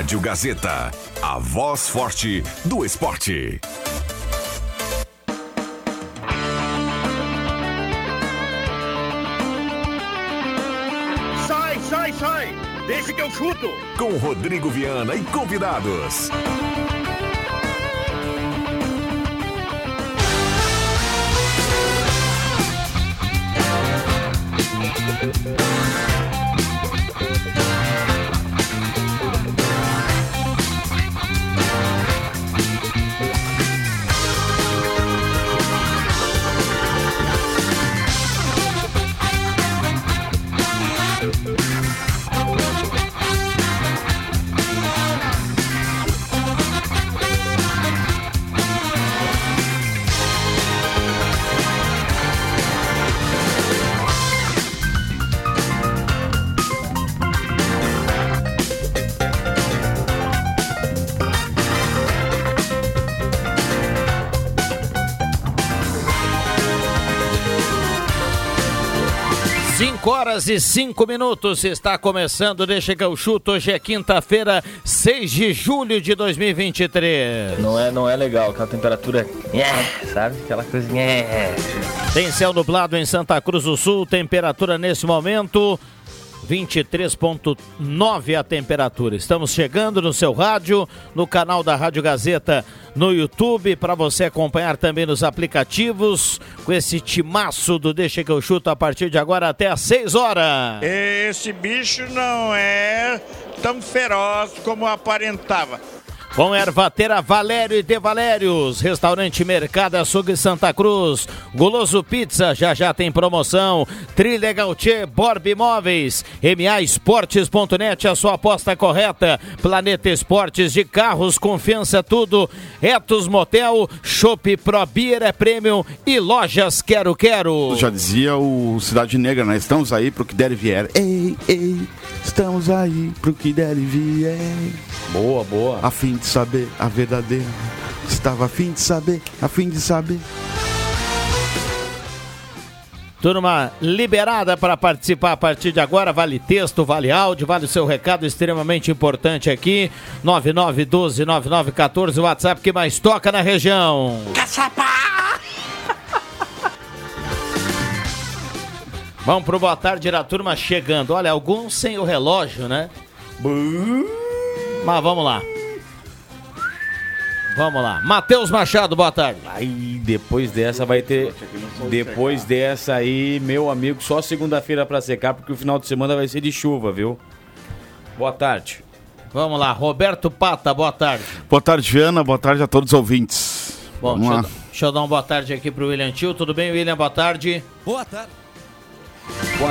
Rádio Gazeta, a voz forte do esporte. Sai, sai, sai! Deixa que eu chuto! Com Rodrigo Viana e convidados. Cinco horas e cinco minutos está começando, deixa que eu chuto. Hoje é quinta-feira, 6 de julho de 2023. Não é, não é legal, aquela temperatura, nhé, sabe? Aquela coisa. nhé. Tem céu nublado em Santa Cruz do Sul, temperatura nesse momento 23.9 a temperatura. Estamos chegando no seu rádio, no canal da Rádio Gazeta no YouTube, para você acompanhar também nos aplicativos com esse timaço do Deixa que eu chuto a partir de agora até às 6 horas. Esse bicho não é tão feroz como aparentava. Com Ervatera Valério e De Valérios, Restaurante Mercado Açougue Santa Cruz, Goloso Pizza, já já tem promoção, Trilha Gautier, Borb Imóveis, MA Esportes.net, a sua aposta correta, Planeta Esportes de Carros, Confiança Tudo, Etos Motel, Shop Pro Beer é Premium e Lojas Quero Quero. Já dizia o Cidade Negra, né? Estamos aí pro que der e vier. Ei, ei, estamos aí pro que der e vier. Boa, boa. A fim de saber a verdadeira. Estava a fim de saber, a fim de saber. Turma liberada para participar a partir de agora. Vale texto, vale áudio, vale o seu recado extremamente importante aqui. 99129914, o WhatsApp que mais toca na região. Vamos pro boa tarde da turma chegando. Olha, alguns sem o relógio, né? Mas vamos lá. Vamos lá. Matheus Machado, boa tarde. Aí depois dessa vai ter. Depois dessa aí, meu amigo, só segunda-feira pra secar, porque o final de semana vai ser de chuva, viu? Boa tarde. Vamos lá. Roberto Pata, boa tarde. Boa tarde, Viana. Boa tarde a todos os ouvintes. Bom, Vamos deixa eu, lá. dar- deixa eu dar uma boa tarde aqui pro William Tio. Tudo bem, William? Boa tarde. Boa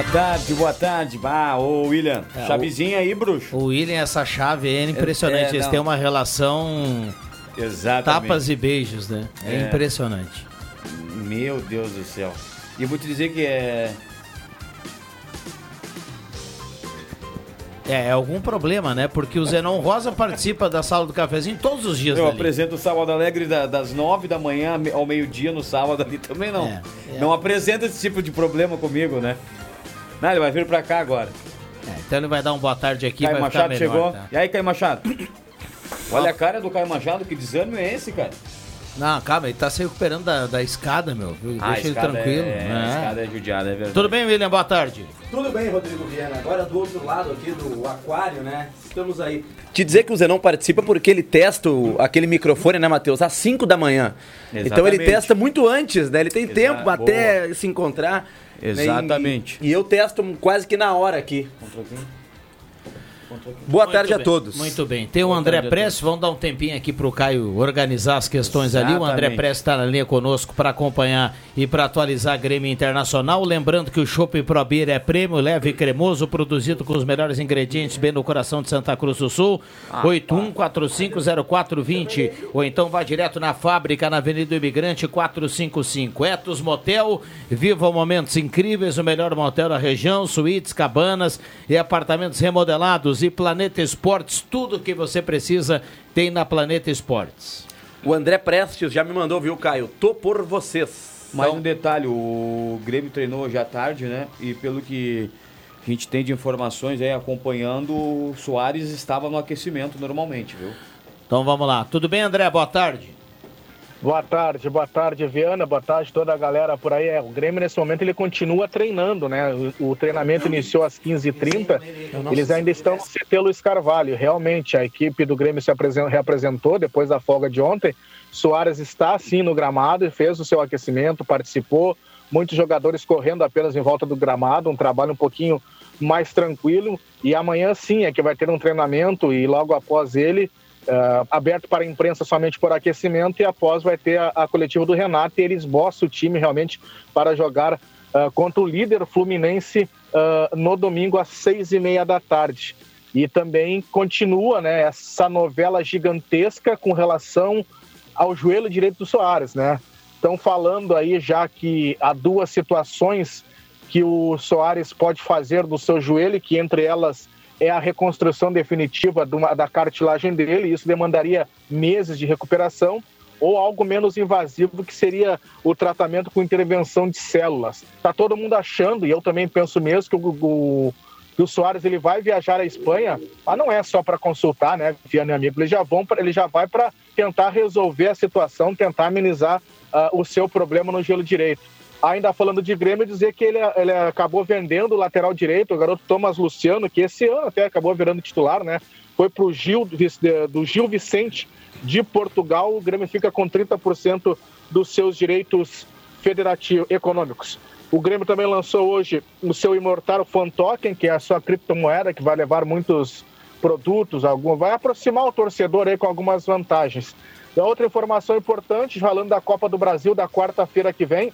tarde, boa tarde. Ah, ô William, É, chavezinha aí, bruxo. O William, essa chave é impressionante. É, Eles não. têm uma relação Exatamente. tapas e beijos, né? É, É. impressionante. Meu Deus do céu. E eu vou te dizer que é. É, é algum problema, né? Porque o Zenon Rosa participa da sala do cafezinho todos os dias. Eu dali. apresento o Sábado Alegre da- das nove da manhã ao meio-dia no sábado ali também não. É, é. Não apresenta esse tipo de problema comigo, né? Não, ele vai vir pra cá agora. É, então ele vai dar um boa tarde aqui, Caio vai ficar Machado melhor. chegou. tá? E aí, Caio Machado? Olha a cara do Caio Machado, que desânimo é esse, cara? Não, calma, ele tá se recuperando da, da escada, meu. Deixa Ah, a ele escada tranquilo. É, né? A escada é judiada, é verdade. Tudo bem, William? Boa tarde. Tudo bem, Rodrigo Viana. Agora do outro lado aqui do aquário, né? Estamos aí. Te dizer que o Zenon participa porque ele testa o- aquele microfone, né, Matheus? Às 5 da manhã. Então ele Exatamente. testa muito antes, né? Ele tem Exa- tempo boa. até se encontrar. né? Exatamente. E, e eu testo quase que na hora aqui. Boa Muito tarde a bem, todos. Muito bem. Tem o André tarde a Prestes, vamos dar um tempinho aqui pro Caio organizar as questões ali. O Exatamente. André Prestes está na linha conosco para acompanhar e para atualizar a Grêmio Internacional. Lembrando que o Chopp Pro Beer é prêmio, leve e cremoso, produzido com os melhores ingredientes, bem no coração de Santa Cruz do Sul. 81450420. Ou então vá direto na fábrica, na Avenida do Imigrante 455. Etos Motel, viva momentos incríveis, o melhor motel da região, suítes, cabanas e apartamentos remodelados. E Planeta Esportes, tudo que você precisa tem na Planeta Esportes. O André Prestes já me mandou, viu, Caio? Tô por vocês. Mais um detalhe, o Grêmio treinou hoje à tarde, né? E pelo que que a gente tem de informações aí acompanhando, o Soares estava no aquecimento normalmente, viu? Então vamos lá. Tudo bem, André? Boa tarde. Boa tarde, boa tarde, Viana, boa tarde toda a galera por aí. É, o Grêmio, nesse momento, ele continua treinando, né? O, o treinamento iniciou às 15h30, eles ainda estão no CT Luiz Carvalho. Realmente, a equipe do Grêmio se apresen- reapresentou depois da folga de ontem. Soares está, sim, no gramado e fez o seu aquecimento, participou. Muitos jogadores correndo apenas em volta do gramado, um trabalho um pouquinho mais tranquilo. E amanhã, sim, é que vai ter um treinamento e logo após ele eh, aberto para a imprensa somente por aquecimento e após vai ter a, a coletiva do Renato e ele esboça o time realmente para jogar eh, contra o líder Fluminense eh, no domingo às seis e meia da tarde. E também continua né, essa novela gigantesca com relação ao joelho direito do Soares, né? Estão falando aí já que há duas situações que o Soares pode fazer do seu joelho, que entre elas é a reconstrução definitiva de uma- da cartilagem dele, e isso demandaria meses de recuperação, ou algo menos invasivo, que seria o tratamento com intervenção de células. Está todo mundo achando, e eu também penso mesmo, que o- o, que o Soares ele vai viajar à Espanha, mas não é só para consultar, né, Viana e amigo, ele já, vão pra- ele já vai para tentar resolver a situação, tentar amenizar ah, o seu problema no gelo direito. Ainda falando de Grêmio, dizer que ele, ele acabou vendendo o lateral direito, o garoto Thomas Luciano, que esse ano até acabou virando titular, né? Foi pro Gil, Vic- do Gil Vicente de Portugal. O Grêmio fica com 30% dos seus direitos federativos econômicos. O Grêmio também lançou hoje o seu imortal fan token, que é a sua criptomoeda que vai levar muitos produtos, algum, vai aproximar o torcedor aí com algumas vantagens. E a outra informação importante, falando da Copa do Brasil da quarta-feira que vem,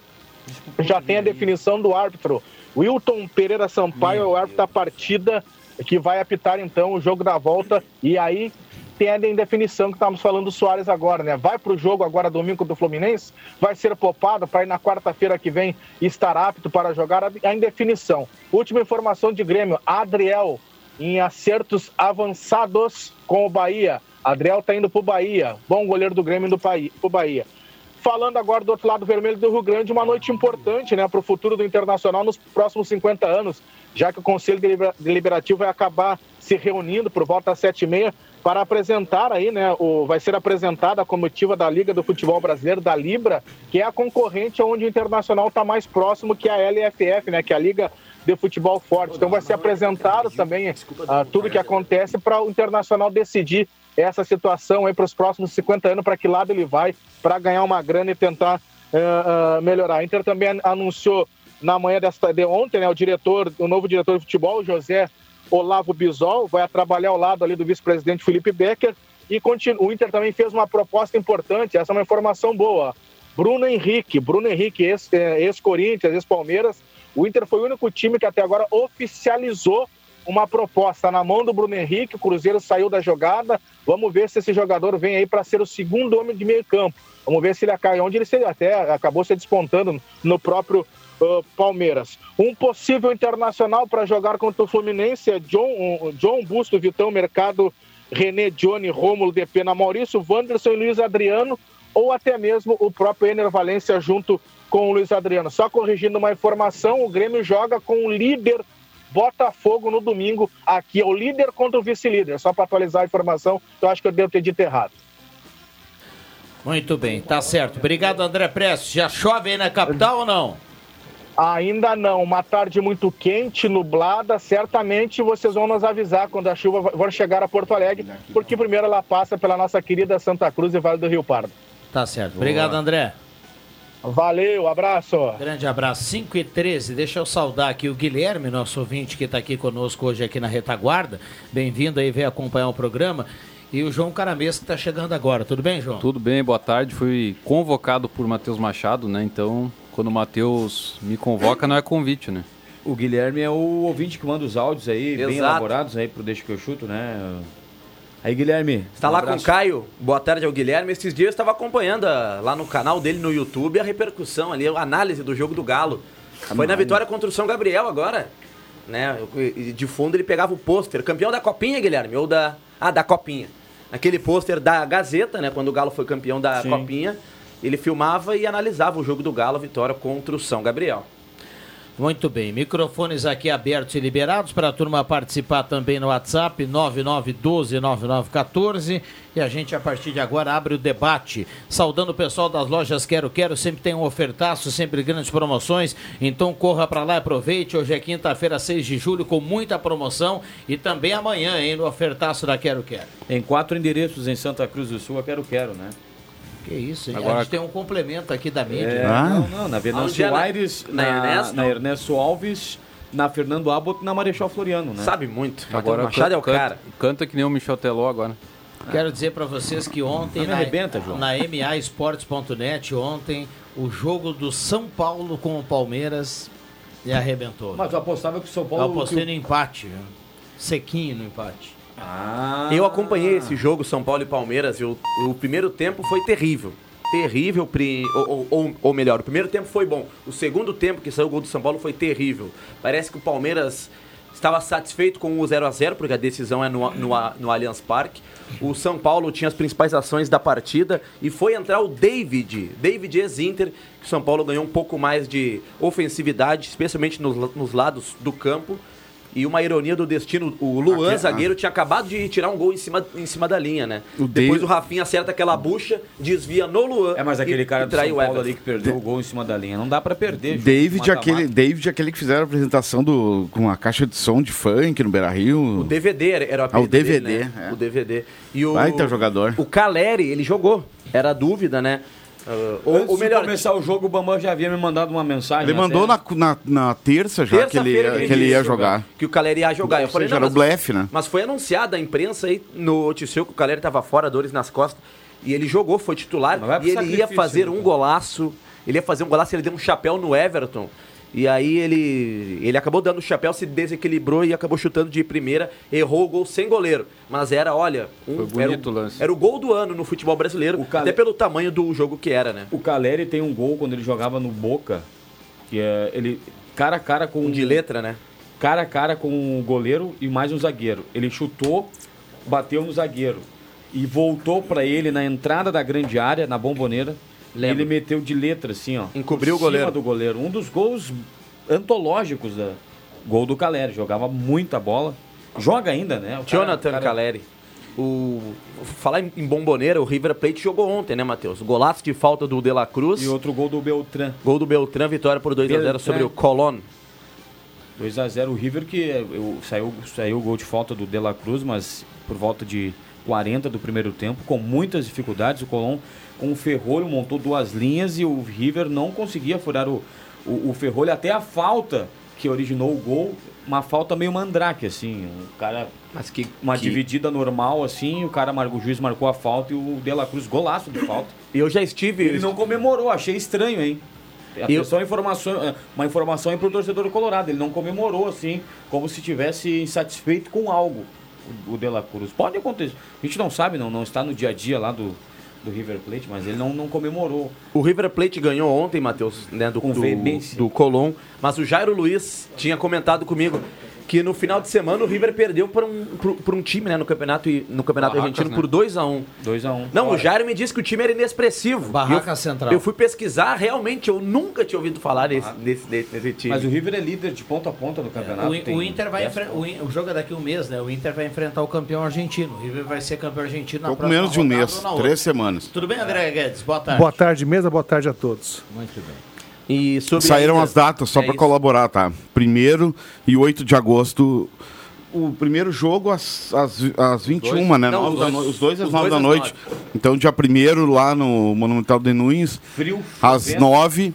já tem a definição do árbitro. Wilton Pereira Sampaio é o árbitro da partida que vai apitar então o jogo da volta. E aí tem a indefinição que estávamos falando do Soares agora, né? Vai para o jogo agora domingo do Fluminense, vai ser poupado para ir na quarta-feira que vem estar apto para jogar a indefinição. Última informação de Grêmio, Adriel em acertos avançados com o Bahia. Adriel está indo para o Bahia, bom goleiro do Grêmio indo para o Bahia. Falando agora do outro lado vermelho do Rio Grande, uma noite importante né, para o futuro do Internacional nos próximos 50 anos, já que o Conselho Delibera- Deliberativo vai acabar se reunindo por volta às 7h30 para apresentar aí, né? O, vai ser apresentada a comitiva da Liga do Futebol Brasileiro, da Libra, que é a concorrente onde o Internacional está mais próximo que a LFF, né? Que é a Liga de Futebol Forte. Então vai ser apresentado também ah, tudo que acontece para o Internacional decidir essa situação aí para os próximos 50 anos, para que lado ele vai, para ganhar uma grana e tentar ah, ah, melhorar. A Inter também an- anunciou na manhã desta, de ontem, né, o diretor, o novo diretor de futebol, José Olavo Bisol, vai trabalhar ao lado ali do vice-presidente Felipe Becker. E continu, o Inter também fez uma proposta importante, essa é uma informação boa. Bruno Henrique, Bruno Henrique, ex- eh, ex-Corinthians, ex-Palmeiras. O Inter foi o único time que até agora oficializou uma proposta na mão do Bruno Henrique. O Cruzeiro saiu da jogada. Vamos ver se esse jogador vem aí para ser o segundo homem de meio campo. Vamos ver se ele cai onde ele se- até acabou se despontando no próprio ah, Palmeiras. Um possível internacional para jogar contra o Fluminense é John, John Busto, Vitão Mercado, René Johnny, Rômulo, DP na Maurício, Wanderson e Luiz Adriano, ou até mesmo o próprio Ener Valência junto com o Luiz Adriano. Só corrigindo uma informação, o Grêmio joga com o líder Botafogo no domingo. Aqui é o líder contra o vice-líder. Só para atualizar a informação, eu acho que eu devo ter dito errado. Muito bem, tá certo. Obrigado, André Prestes. Já chove aí na capital ou não? Ainda não, uma tarde muito quente, nublada. Certamente vocês vão nos avisar quando a chuva vai- vai chegar a Porto Alegre, porque primeiro ela passa pela nossa querida Santa Cruz e Vale do Rio Pardo. Tá certo. Obrigado, André. Valeu, abraço. Grande abraço. 5 e 13, deixa eu saudar aqui o Guilherme, nosso ouvinte que está aqui conosco hoje aqui na retaguarda. Bem-vindo aí, veio acompanhar o programa. E o João Caramês que está chegando agora. Tudo bem, João? Tudo bem, boa tarde. Fui convocado por Matheus Machado, né? Então, quando o Matheus me convoca, não é convite, né? O Guilherme é o ouvinte que manda os áudios aí, bem Exato. elaborados aí pro Deixa que eu chuto, né? Aí, Guilherme. Está tá lá com o Um abraço. Caio, boa tarde ao Guilherme. Esses dias eu estava acompanhando a- lá no canal dele no YouTube a repercussão ali, a análise do jogo do Galo. Ah, Foi na vitória contra o São Gabriel agora. Né? E De fundo ele pegava o pôster, campeão da Copinha, Guilherme, ou da. Ah, da Copinha. Aquele pôster da Gazeta, né? Quando o Galo foi campeão da Sim. Copinha, ele filmava e analisava o jogo do Galo, a vitória contra o São Gabriel. Muito bem, microfones aqui abertos e liberados para a turma participar também no WhatsApp 99129914 e a gente a partir de agora abre o debate. Saudando o pessoal das lojas Quero Quero, sempre tem um ofertaço, sempre grandes promoções, então corra para lá e aproveite. Hoje é quinta-feira, 6 de julho, com muita promoção e também amanhã, hein, no ofertaço da Quero Quero. Tem quatro endereços em Santa Cruz do Sul, a Quero Quero, né? Que isso, hein? a Agora- gente tem um complemento aqui da mídia. É, Ah. Não, não, na Aonde Venâncio é? Na- Aires, na na, Ernesto? na Ernesto Alves, na Fernando Abbott e na Marechal Floriano, né? Sabe muito. Agora Agora Machado é o canta- cara. Canta que nem o Michel Teló agora. Quero dizer para vocês que ontem Não me na, arrebenta, João. na MAesportes.net, ontem, o jogo do São Paulo com o Palmeiras me arrebentou. Mas eu apostava que o São Eu Paulo... apostei que no empate, viu? sequinho no empate. o- Ah, Eu acompanhei esse jogo, São Paulo e Palmeiras, e o, o primeiro tempo foi terrível. Terrível, pri- ou, ou- ou- ou melhor, o primeiro tempo foi bom. O segundo tempo que saiu o gol do São Paulo foi terrível. Parece que o Palmeiras estava satisfeito com o 0 a 0 porque a decisão é no, no, A- no Allianz Parque. O São Paulo tinha as principais ações da partida e foi entrar o David, David ex-Inter, que o São Paulo ganhou um pouco mais de ofensividade, especialmente nos, la- nos lados do campo. E uma ironia do destino, o Luan, Aqui- zagueiro, tinha acabado de tirar um gol em cima, em cima da linha, né? O Depois Dave- o Rafinha acerta aquela bucha, desvia no Luan. É, mas aquele e- cara e do trai São o Paulo Everton. ali que perdeu o gol em cima da linha. Não dá pra perder. Ju. David, um Mata-mata. aquele, David, aquele que fizeram a apresentação do, com a caixa de som de funk no Beira O Rio. DVD era, era Ah, o o apelido dele, DVD, né? é. O DVD. E o, Baita jogador. O Caleri, ele jogou. Era a dúvida, né? Ah, ou, Antes ou melhor, de começar o jogo, o Bambam já havia me mandado uma mensagem. Ele mandou na, na, na terça já que ele, terça-feira ia- que ele ia jogar. Que o Caleri ia jogar. Eu Ou falei, seja, era não, o mas- blefe, né? Mas foi anunciado a imprensa aí no noticiou que o Caleri tava fora, dores nas costas. E ele jogou, foi titular. Mas vai pro E ele ia sacrifício, fazer né, um cara? golaço. Ele ia fazer um golaço, ele deu um chapéu no Everton. E aí ele, ele acabou dando o chapéu, se desequilibrou e acabou chutando de primeira, errou o gol sem goleiro. Mas era, olha, um, Foi bonito era, o lance. era o gol do ano no futebol brasileiro, O Caleri- até pelo tamanho do jogo que era, né? O Caleri tem um gol quando ele jogava no Boca, que é ele cara a cara com Um de letra, né? cara a cara com o goleiro e mais um zagueiro. Ele chutou, bateu no zagueiro e voltou pra ele na entrada da grande área, na bomboneira. Lembro. Ele meteu de letra assim, ó. Encobriu por o goleiro. Cima do goleiro, um dos gols antológicos da gol do Caleri, jogava muita bola. Joga ainda, né? O cara- Jonathan o cara- Caleri. O... Falar em em bomboneira, o River Plate jogou ontem, né, Matheus? Golaço de falta do De La Cruz. E outro gol do Beltran. Gol do Beltrán, vitória por 2x0 Beltrán. sobre o Colón. 2 a 0 o River que eh, eu- saiu, saiu o gol de falta do De La Cruz, mas por volta de 40 do primeiro tempo, com muitas dificuldades, o Colón com o Ferrolho montou duas linhas e o River não conseguia furar o, o, o Ferrolho, até a falta que originou o gol, uma falta meio mandrake, assim, o cara... Mas que, Uma dividida normal, assim, o cara marcou, o juiz marcou a falta e o De La Cruz, golaço de falta. Eu já estive. Ele não comemorou, achei estranho, hein? Eu- Eu... Só informação, é, uma informação aí pro torcedor colorado. Ele não comemorou, assim, como se tivesse insatisfeito com algo, o o De La Cruz. Pode acontecer. A gente não sabe, não, não está no dia a dia lá do, do River Plate, mas ele não, não comemorou. O River Plate ganhou ontem, Matheus, né, do, Com do, veemência. do Colón. Mas o Jairo Luiz tinha comentado comigo que no final de semana o River perdeu para um, pro- pra um time né, no campeonato, e- no campeonato Barracas, argentino né? por 2x1. 2 a 1 Não, o Fora. Jairo me disse que o time era inexpressivo. Barraca E eu, Central. Eu fui pesquisar, realmente, eu nunca tinha ouvido falar desse, desse, desse, desse time. Mas o River é líder de ponta a ponta no campeonato. É, O, Tá, tem o Inter vai dez enfre- o, In- o jogo é daqui a um mês, né? O Inter vai enfrentar o campeão argentino. O River vai ser campeão argentino na Pouco próxima menos de um rodada mês, ou na outra. três semanas. Tudo bem, André Guedes? Boa tarde. Boa tarde, mesa, boa tarde a todos. Muito bem. E sobre Saíram ainda- as datas, só É pra para isso. colaborar, tá? Primeiro e 8 de agosto. O primeiro jogo às, às, às 21, né? Não, Nove os da dois. no- Os dois às Os 9 dois da às noite. Então, dia primeiro lá no Monumental de Nunes, Frio, às chovendo. 9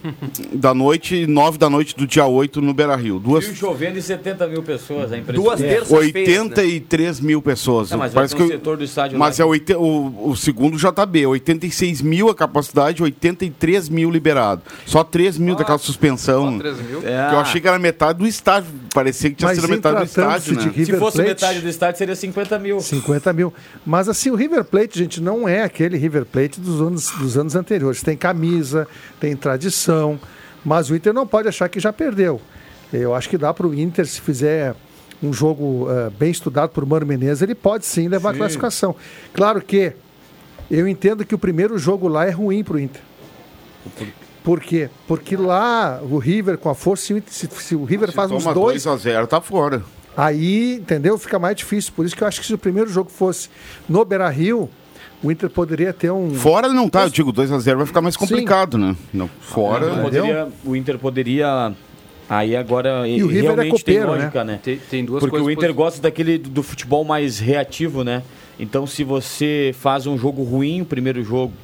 da noite e 9 da noite do dia 8 no Beira Rio. Frio, Duas, chovendo e 70 mil pessoas, é Duas impressionante. terças-feiras. né? 83 mil pessoas. Não, mas vai Parece ter um que o- setor do estádio lá né? Mas é oite- o, o segundo tá JB, 86 mil a capacidade, 83 mil liberado. Só 3 mil daquela suspensão. Só 3 mil. Que eu achei que era metade do estádio. Parecia que tinha É. Mas sido em tá metade do tratando-se estádio, né? de Se River fosse Plate, metade do estádio, seria 50 mil. 50 mil. Mas assim, o River Plate, gente, não é aquele River Plate dos anos, dos anos anteriores. Tem camisa, tem tradição, mas o Inter não pode achar que já perdeu. Eu acho que dá para o Inter, se fizer um jogo eh, bem estudado por Mano Menezes, ele pode sim levar a classificação. Claro que eu entendo que o primeiro jogo lá é ruim para o Inter. Por quê? Porque lá o River com a força, se, o- se- se o River faz uns Toma dois, 2x0, tá fora. Aí, entendeu? Fica mais difícil. Por isso que eu acho que se o primeiro jogo fosse no Beira Rio, o Inter poderia ter um. Fora não tá, eu digo 2x0 vai ficar mais complicado, né? Não, fora. É, O Inter poderia- o Inter poderia. Aí agora e- o River é realmente copeiro, tem lógica, né? Tem, tem duas Porque coisas o Inter posi- gosta daquele do futebol mais reativo, né? Então se você faz um jogo ruim, o primeiro jogo,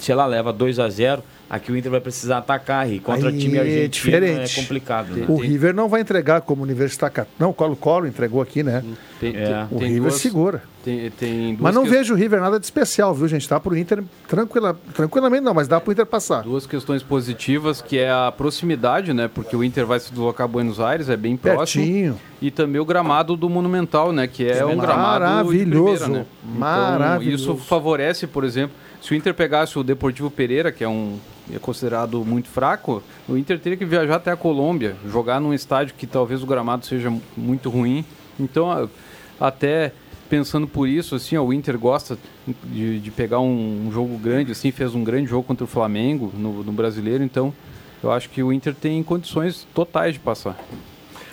sei lá, leva 2 a 0 aqui o Inter vai precisar atacar e contra Aí time é argentino diferente. é complicado, né? O River não vai entregar como o Universitário Cat- Não, o Colo-Colo entregou aqui, né? Tem, tem- O Hum, tem River duas- segura. Tem, tem duas Mas não que- vejo o River nada de especial, viu, gente? Dá pro Inter tranquila... tranquilamente, não, mas dá pro Inter passar. Duas questões positivas, que é a proximidade, né? Porque o Inter vai se deslocar a Buenos Aires, é bem próximo. Pertinho. E também o gramado do Monumental, né? Que é um gramado Maravilhoso. de primeira, né? Então, Maravilhoso. isso favorece, por exemplo, se o Inter pegasse o Deportivo Pereira, que é um é considerado muito fraco, o Inter teria que viajar até a Colômbia, jogar num estádio que talvez o gramado seja mu- muito ruim. Então, a- até pensando por isso, assim, ó, o Inter gosta de, de pegar um, um jogo grande, assim, fez um grande jogo contra o Flamengo no, no Brasileiro, então eu acho que o Inter tem condições totais de passar.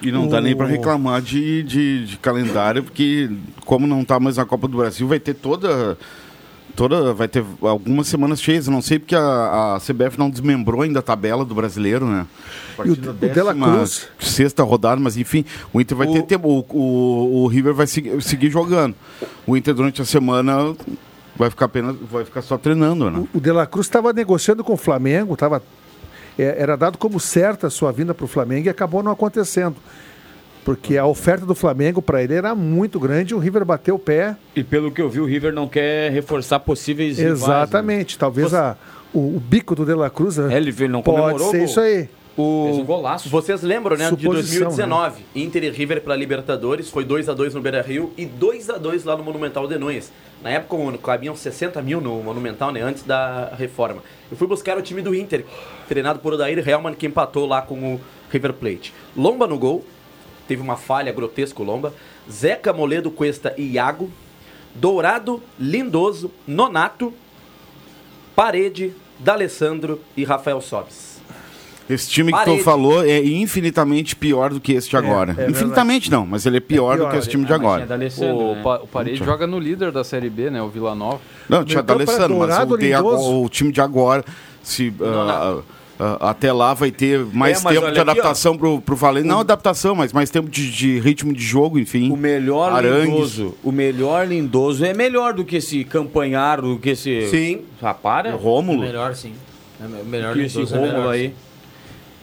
E não dá nem pra O- reclamar de, de, de calendário, porque como não tá mais na Copa do Brasil, vai ter toda. toda vai ter algumas semanas cheias. Eu não sei porque a, a CBF não desmembrou ainda a tabela do brasileiro, né? A E o- partir da o Dela décima Cruz- Sexta rodada, mas enfim, o Inter vai ter tempo. O, o, o River vai segui- seguir jogando. O Inter durante a semana vai ficar apenas. Vai ficar só treinando, né? O De La Cruz estava negociando com o Flamengo, estava era dado como certa a sua vinda para o Flamengo e acabou não acontecendo. Porque a oferta do Flamengo para ele era muito grande, o River bateu o pé. E pelo que eu vi, o River não quer reforçar possíveis rivais, né? Exatamente. Talvez a, o, o bico do De La Cruz né? É, ele- ele não pode comemorou, ser pô. isso aí. Fez um golaço. Vocês lembram, né, de Suposição, 2019, Inter e River pela Libertadores, foi 2 a 2 no Beira-Rio e 2 a 2 lá no Monumental de Nunes. Na época cabiam 60 mil no Monumental, né, antes da reforma. Eu fui buscar o time do Inter, treinado por Odair Helman, que empatou lá com o River Plate. Lomba no gol, teve uma falha grotesca o Lomba. Zeca, Moledo, Cuesta e Iago. Dourado, Lindoso, Nonato, Parede, D'Alessandro e Rafael Sobis. Esse time que tu Parede. falou é infinitamente pior do que este de agora. é infinitamente não, mas ele é pior, do que esse time de né? agora. o, pa, o Parede joga no líder da Série B, né? O Vila Nova. Não, tinha D'Alessandro, mas o, de agora- o time de agora, se, ah, ah, ah, até lá vai ter mais É, mas tempo olha de aqui, adaptação pro, pro Valente. Não O- adaptação, mas mais tempo de, de ritmo de jogo, enfim. O melhor Arangues. lindoso. O melhor lindoso é melhor do que esse campanhar, do que esse. Sim. Ah, né? para. Rômulo. Melhor sim. É me- melhor Que de esse todos, é Rômulo melhor, aí. sim.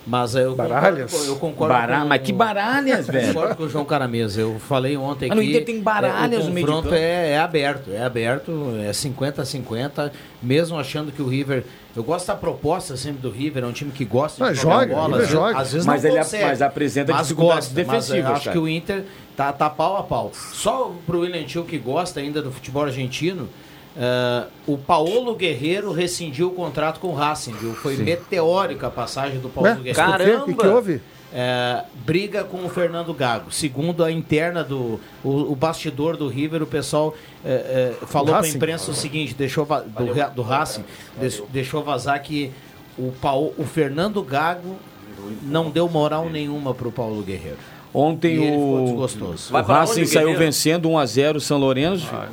Mas eu Baralhas? concordo, com- eu concordo Bara- com- mas que baralhas, velho? Concordo com o João Caramês. Eu falei ontem Ah, que no Inter tem baralhas é, no o meio de confronto campo. é, é aberto, é aberto, é 50 50, mesmo achando que o River eu gosto da proposta sempre do River, é um time que gosta de Ah, jogar joga, bola, River às vezes- joga. às vezes Mas não ele ap- consegue, mas apresenta mas dificuldades gosta, mas, defensivas, eu acho cara. que o Inter tá, tá pau a pau. Só pro William Tio que gosta ainda do futebol argentino, eh, o Paolo Guerreiro rescindiu o contrato com o Racing, viu? Foi meteórica a passagem do Paolo Ué, Guerreiro. por quê? O que que houve? É, briga com o Fernando Gago. Segundo a interna do. O, o bastidor do River, o pessoal é, é, falou pra Racing? imprensa o seguinte: deixou va- do, Ra- do Racing, des- deixou vazar que o, Pau- o Fernando Gago não deu moral nenhuma pro Paulo Guerreiro. E Ontem ele ficou o, desgostoso. o Racing saiu vencendo 1x0 o São Lourenço. Ah,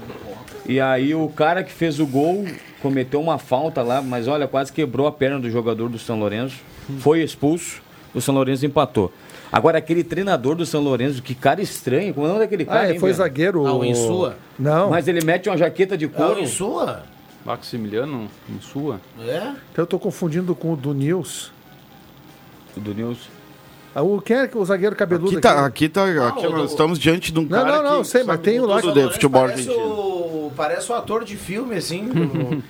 E aí o cara que fez o gol cometeu uma falta lá, mas olha, quase quebrou a perna do jogador do São Lourenço. Hum. Foi expulso, o São Lourenço empatou. Agora, aquele treinador do São Lourenço, que cara estranho, como é o nome daquele cara? Ah, hein, é, foi Bento? zagueiro. o- Não. Mas ele mete uma jaqueta Ah, de couro. em sua? Maximiliano, em sua. É? Então eu tô confundindo com o do Nils. Do Nils. Ah, o quem é que o zagueiro cabeludo? Aqui tá, aqui tá, aqui o do- nós estamos diante de um Não, cara não, não, que sei, mas sabe tem o lá tudo de futebol Parece argentino. o, parece um ator de filme, assim. do-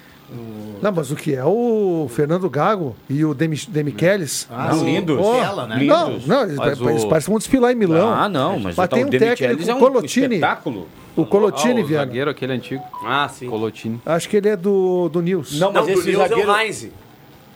Não, mas o que é o Fernando Gago e o Demi, Né? Demichelis? Ah, Não. lindos. Pô, Tela, né? Não, Lindos. não eles, Mas pa- eles o- parecem um desfilar em Milão. Ah, não, mas, tem um é técnico, o Colotini. O Colotini, ah, o Viana. zagueiro aquele antigo. Ah, sim. Colotini. Acho que ele é do, do News. Não, mas esse zagueiro...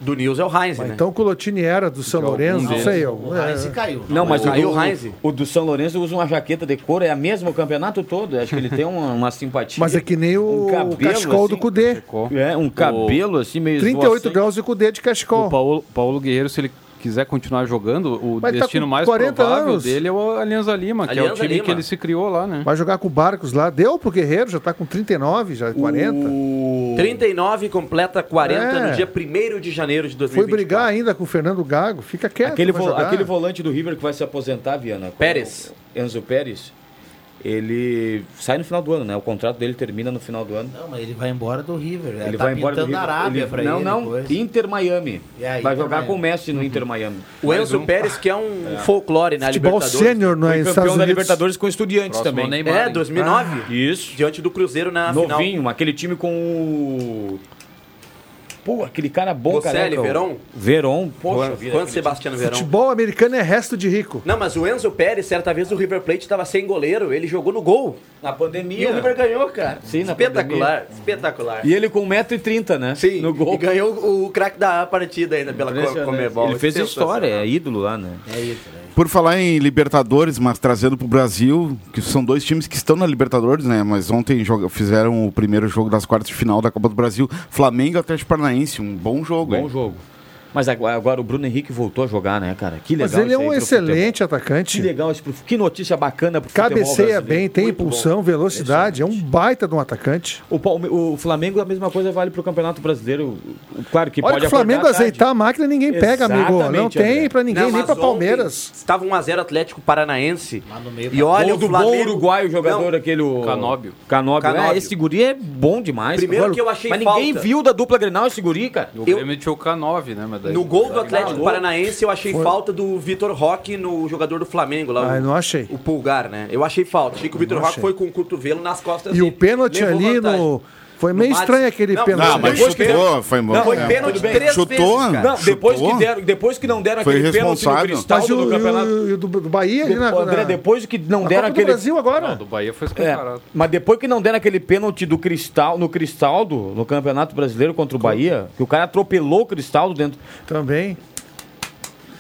Do Nils é o Heinz, Mas né? então o Colotini era do São Lourenço, não sei Um eu. O Heinz caiu. Não, mas Caiu o, o do- Heinz. o do São Lourenço usa uma jaqueta de couro, é a mesma o campeonato todo. Acho que ele tem um, uma, uma simpatia. Mas é que nem o, um cabelo, o cachecol do assim, Cudê. É, um cabelo assim meio 38 graus de Cudê de cachecol. O Paulo, Paulo Guerreiro, se ele quiser continuar jogando, o Mas ele tá destino com mais 40 provável anos. dele é o Alianza Lima, que é o Alianza time que Lima. ele se criou lá, né? Vai jogar com o Barcos lá. Deu pro Guerreiro, já tá com 39, já 40. 39 completa 40 É. no dia 1 de janeiro de Foi 2020. brigar ainda com o Fernando Gago. Fica quieto. Aquele, vai vo- jogar. aquele volante do River que vai se aposentar, Viana. Pérez. Enzo Pérez. Ele sai no final do ano, né? O contrato dele termina no final do ano. Não, mas ele vai embora do River. É, Ele tá vai embora do pintando River. a Arábia Ele- pra não, ele. não. coisa. Inter Miami. E aí, vai Inter jogar Miami. com o Messi no Inter Miami. O Enzo Pérez, que é um folclore na Futebol Libertadores. sênior, não é? Foi Estados Campeão da Unidos. Libertadores com estudiantes Próximo ao também. Neymar, É, hein? 2009. Isso. Diante do Cruzeiro na final. Novinho, aquele time com o... Pô, aquele cara bom, Bocelli, careca, o- Verón? Verón, poxa né, Juan- vida. Juan aquele Sebastiano time. Verón. Futebol americano é resto de rico. Não, mas o Enzo Pérez, certa vez o River Plate estava sem goleiro, ele jogou no gol. Na pandemia. E o River ganhou, cara. Sim, na espetacular, pandemia. espetacular. E ele um com 1,30m, né? Sim. No gol. E ganhou o craque da partida ainda pela Co- Comebol. Ele fez Sensacional. história, é ídolo lá, né? É isso, né? Por falar em Libertadores, mas trazendo para o Brasil, que são dois times que estão na Libertadores, né? Mas ontem joga- fizeram o primeiro jogo das quartas de final da Copa do Brasil. Flamengo e Atlético Paranaense, um bom jogo. Bom hein? jogo. Mas agora, agora o Bruno Henrique voltou a jogar, né, cara? Que legal Mas ele é isso aí um pro excelente atacante. futebol. Que legal isso. pro- Que notícia bacana pro futebol Cabeceia brasileiro. bem, tem Muito bom. impulsão, velocidade. É um baita de um atacante. O, Palme- o Flamengo, a mesma coisa vale pro Campeonato Brasileiro. O- Claro que Olha pode que o Flamengo acordar tarde. azeitar a máquina, ninguém pega, amigo. Não Exatamente, tem André. pra ninguém, Não, nem mas pra Palmeiras. ontem Estava 1x0 Atlético Paranaense. meio E olha Gol o do Flamengo... bom uruguaio jogador, Não, aquele... o- Canóbio. Canóbio. Canóbio. É, esse guri é bom demais. Primeiro cara. que eu achei Mas ninguém falta. viu da dupla Grenal esse guri, cara. O Eu- Grêmio tinha o K9, né? Mas daí- No gol do Atlético Maluco. Paranaense, eu achei falta do Vitor Roque no jogador do Flamengo lá. Ah, o- eu não achei. O Pulgar, né? Eu achei falta. Achei que o Vitor Não Roque achei. foi com o cotovelo nas costas E dele. o pênalti Levou ali vantagem. no. Foi meio Max. estranho aquele Não, pênalti. Não, Ah, mas Depois que chutou, deram- foi embora. É. Não, foi pênalti três Chutou, vezes, cara. Não, depois chutou. que, deram, depois que não deram Foi aquele pênalti no responsável. Mas e Cristaldo o, no e o- campeonato. e o do, do Bahia ali na. Pô, André, na- depois que não na deram Copa do aquele. Brasil agora. Do Bahia foi É, escancarado. mas depois que não deram aquele pênalti do Cristal, no Cristaldo, no Campeonato Brasileiro contra o Bahia, que o cara atropelou o Cristaldo dentro. Também.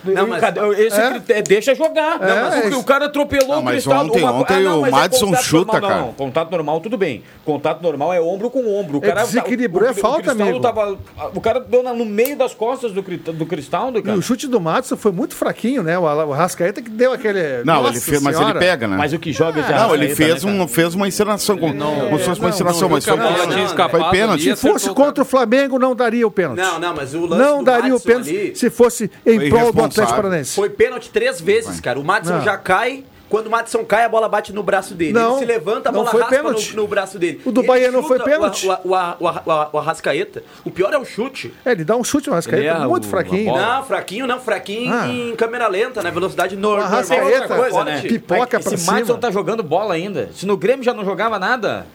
Não, mas- Cadê- Esse É. critério- deixa jogar. É, não, mas o- isso. o, cara atropelou Ah, o mas Cristaldo. ontem- ontem o mas é Madison contato chuta, normal, cara. Não, não, contato normal, tudo bem. Contato normal é ombro com ombro. O É cara tá- desequilíbrio, o- o- é falta, o Cristaldo amigo. tava- o cara deu na- no meio das costas do, Cri- do Cristaldo, E cara. o chute do Matos foi muito fraquinho, né? O, Ala- o Rascaeta que deu aquele. Não, Nossa ele fez, mas ele Senhora. pega, né? Mas o tá que joga já. Não, ele fez, um, fez uma encenação, como, como se fosse uma encenação, mas foi não, não, pênalti. tinha Foi escapado ali, pênalti. Se fosse Acertou, cara. contra o Flamengo, não daria o pênalti. Não, não, mas o lance Não do daria o Madison pênalti ali se fosse em Foi prol do Atlético irresponsável. Paranaense. foi pênalti três vezes, cara. O Madison Não. já cai. Quando o Madison cai, a bola bate no braço dele. Não, ele se levanta, a não bola foi raspa pênalti. no, no braço dele. O do Ele Bahia não foi chuta pênalti. O, o, o, o, o Arrascaeta. O pior é o chute. É, ele dá um chute no Rascaeta Ele erra muito o- fraquinho. né? a bola. Não, fraquinho não, fraquinho Ah. em câmera lenta, né? Velocidade nor- normal. Arrascaeta, outra coisa, né? que- pipoca pra Esse cima. Madison tá jogando bola ainda. Se no Grêmio já não jogava nada.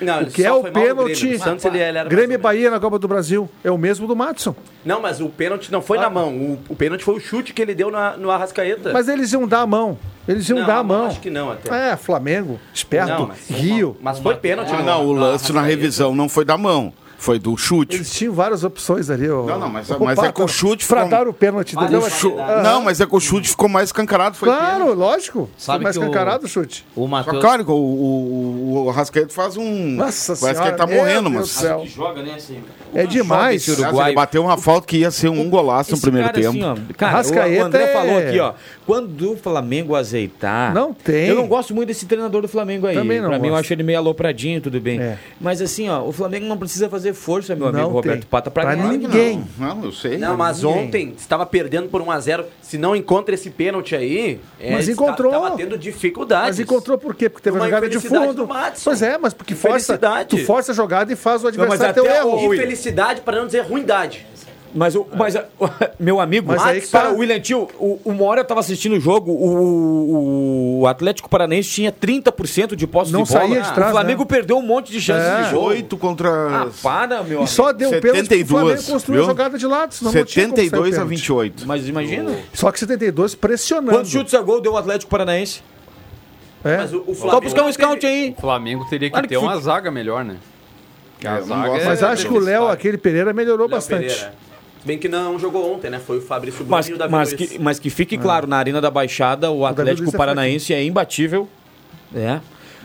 Não, ele Que só é foi o mal no pênalti. Grêmio. O Santos, ele, ele era Grêmio e mais ou menos. Bahia na Copa do Brasil. É o mesmo do Matson. Não, mas o pênalti não foi na mão. O, o pênalti foi o chute que ele deu na, no Arrascaeta. Ah. Mas eles iam dar a mão. Eles iam Não, dar a mão. Acho que não, até. É, Flamengo, esperto, Não, mas- é, Rio. Mas foi pênalti. Ah, no- não, o no lance na Arrascaeta. revisão não foi da mão, foi do chute. Eles tinham várias opções ali. ó. Não, não, mas- Ô, mas é Pato, com o chute ficou- Frataram o pênalti dele. O chu- Não, mas é que o chute ficou mais escancarado. Foi Claro, lógico. Sabe Sabe mais que o- escancarado o chute. O Só Matheus... claro que o, o, o Arrascaeta faz um. Nossa Parece que senhora, ele tá meu morrendo, Deus mas. do céu. Joga, né, assim. É demais. esse Aliás, Uruguai. Ele bateu uma falta que ia ser um golaço no Esse primeiro cara, tempo. assim, ó, cara, Arrascaeta o André é- falou aqui, ó. Quando o Flamengo azeitar. Não tem. Eu não gosto muito desse treinador do Flamengo aí. Também não pra mim, eu gosto. acho ele meio alopradinho, tudo bem. É. Mas assim, ó, o Flamengo não precisa fazer força, meu amigo Não Roberto tem. Pata, pra, Pra ganhar. ninguém. Não, não, eu sei. Não, mas Ninguém. ontem estava perdendo por 1x0. Se não encontra esse pênalti aí, é, Mas está- encontrou. Tava tendo dificuldades. Mas encontrou por quê? Porque teve uma Uma jogada de infelicidade fundo. do Madison. Pois é, mas porque força, Infelicidade. tu força a jogada e faz o mas adversário até ter o o- erro. Willian. Infelicidade para não dizer ruindade. Mas, o, mas a- meu amigo, Mas aí que tá. cara, o William Tio, o, uma hora eu tava assistindo o jogo, o, o Atlético Paranaense tinha 30% de posse Não de bola. saía de trás, o Flamengo né? É. perdeu um monte de chances de jogo. 18 contra. Ah, para, meu E amigo. só deu pênalti porque o 72, Flamengo construiu a viu? jogada de lado. Senão não tinha como sair 72 a pênalti. 28. Mas imagina. Só que 72 pressionando. Quantos chutes a gol deu o Atlético Paranaense? É. Mas o, o Só Flamengo. buscar um scout aí. O Flamengo teria que Olha que ter uma fute- zaga melhor, né? Que É, a eu não zaga gosto. é Mas acho que o Léo, deficitária. aquele Pereira, melhorou Léo é bastante. Pereira. Bem que não jogou ontem, né? Foi o Fabrício Bruno Mas, e o Davi mas, Luiz. que, mas que É. fique claro, na Arena da Baixada, o Atlético Luiz é Paranaense é imbatível. É.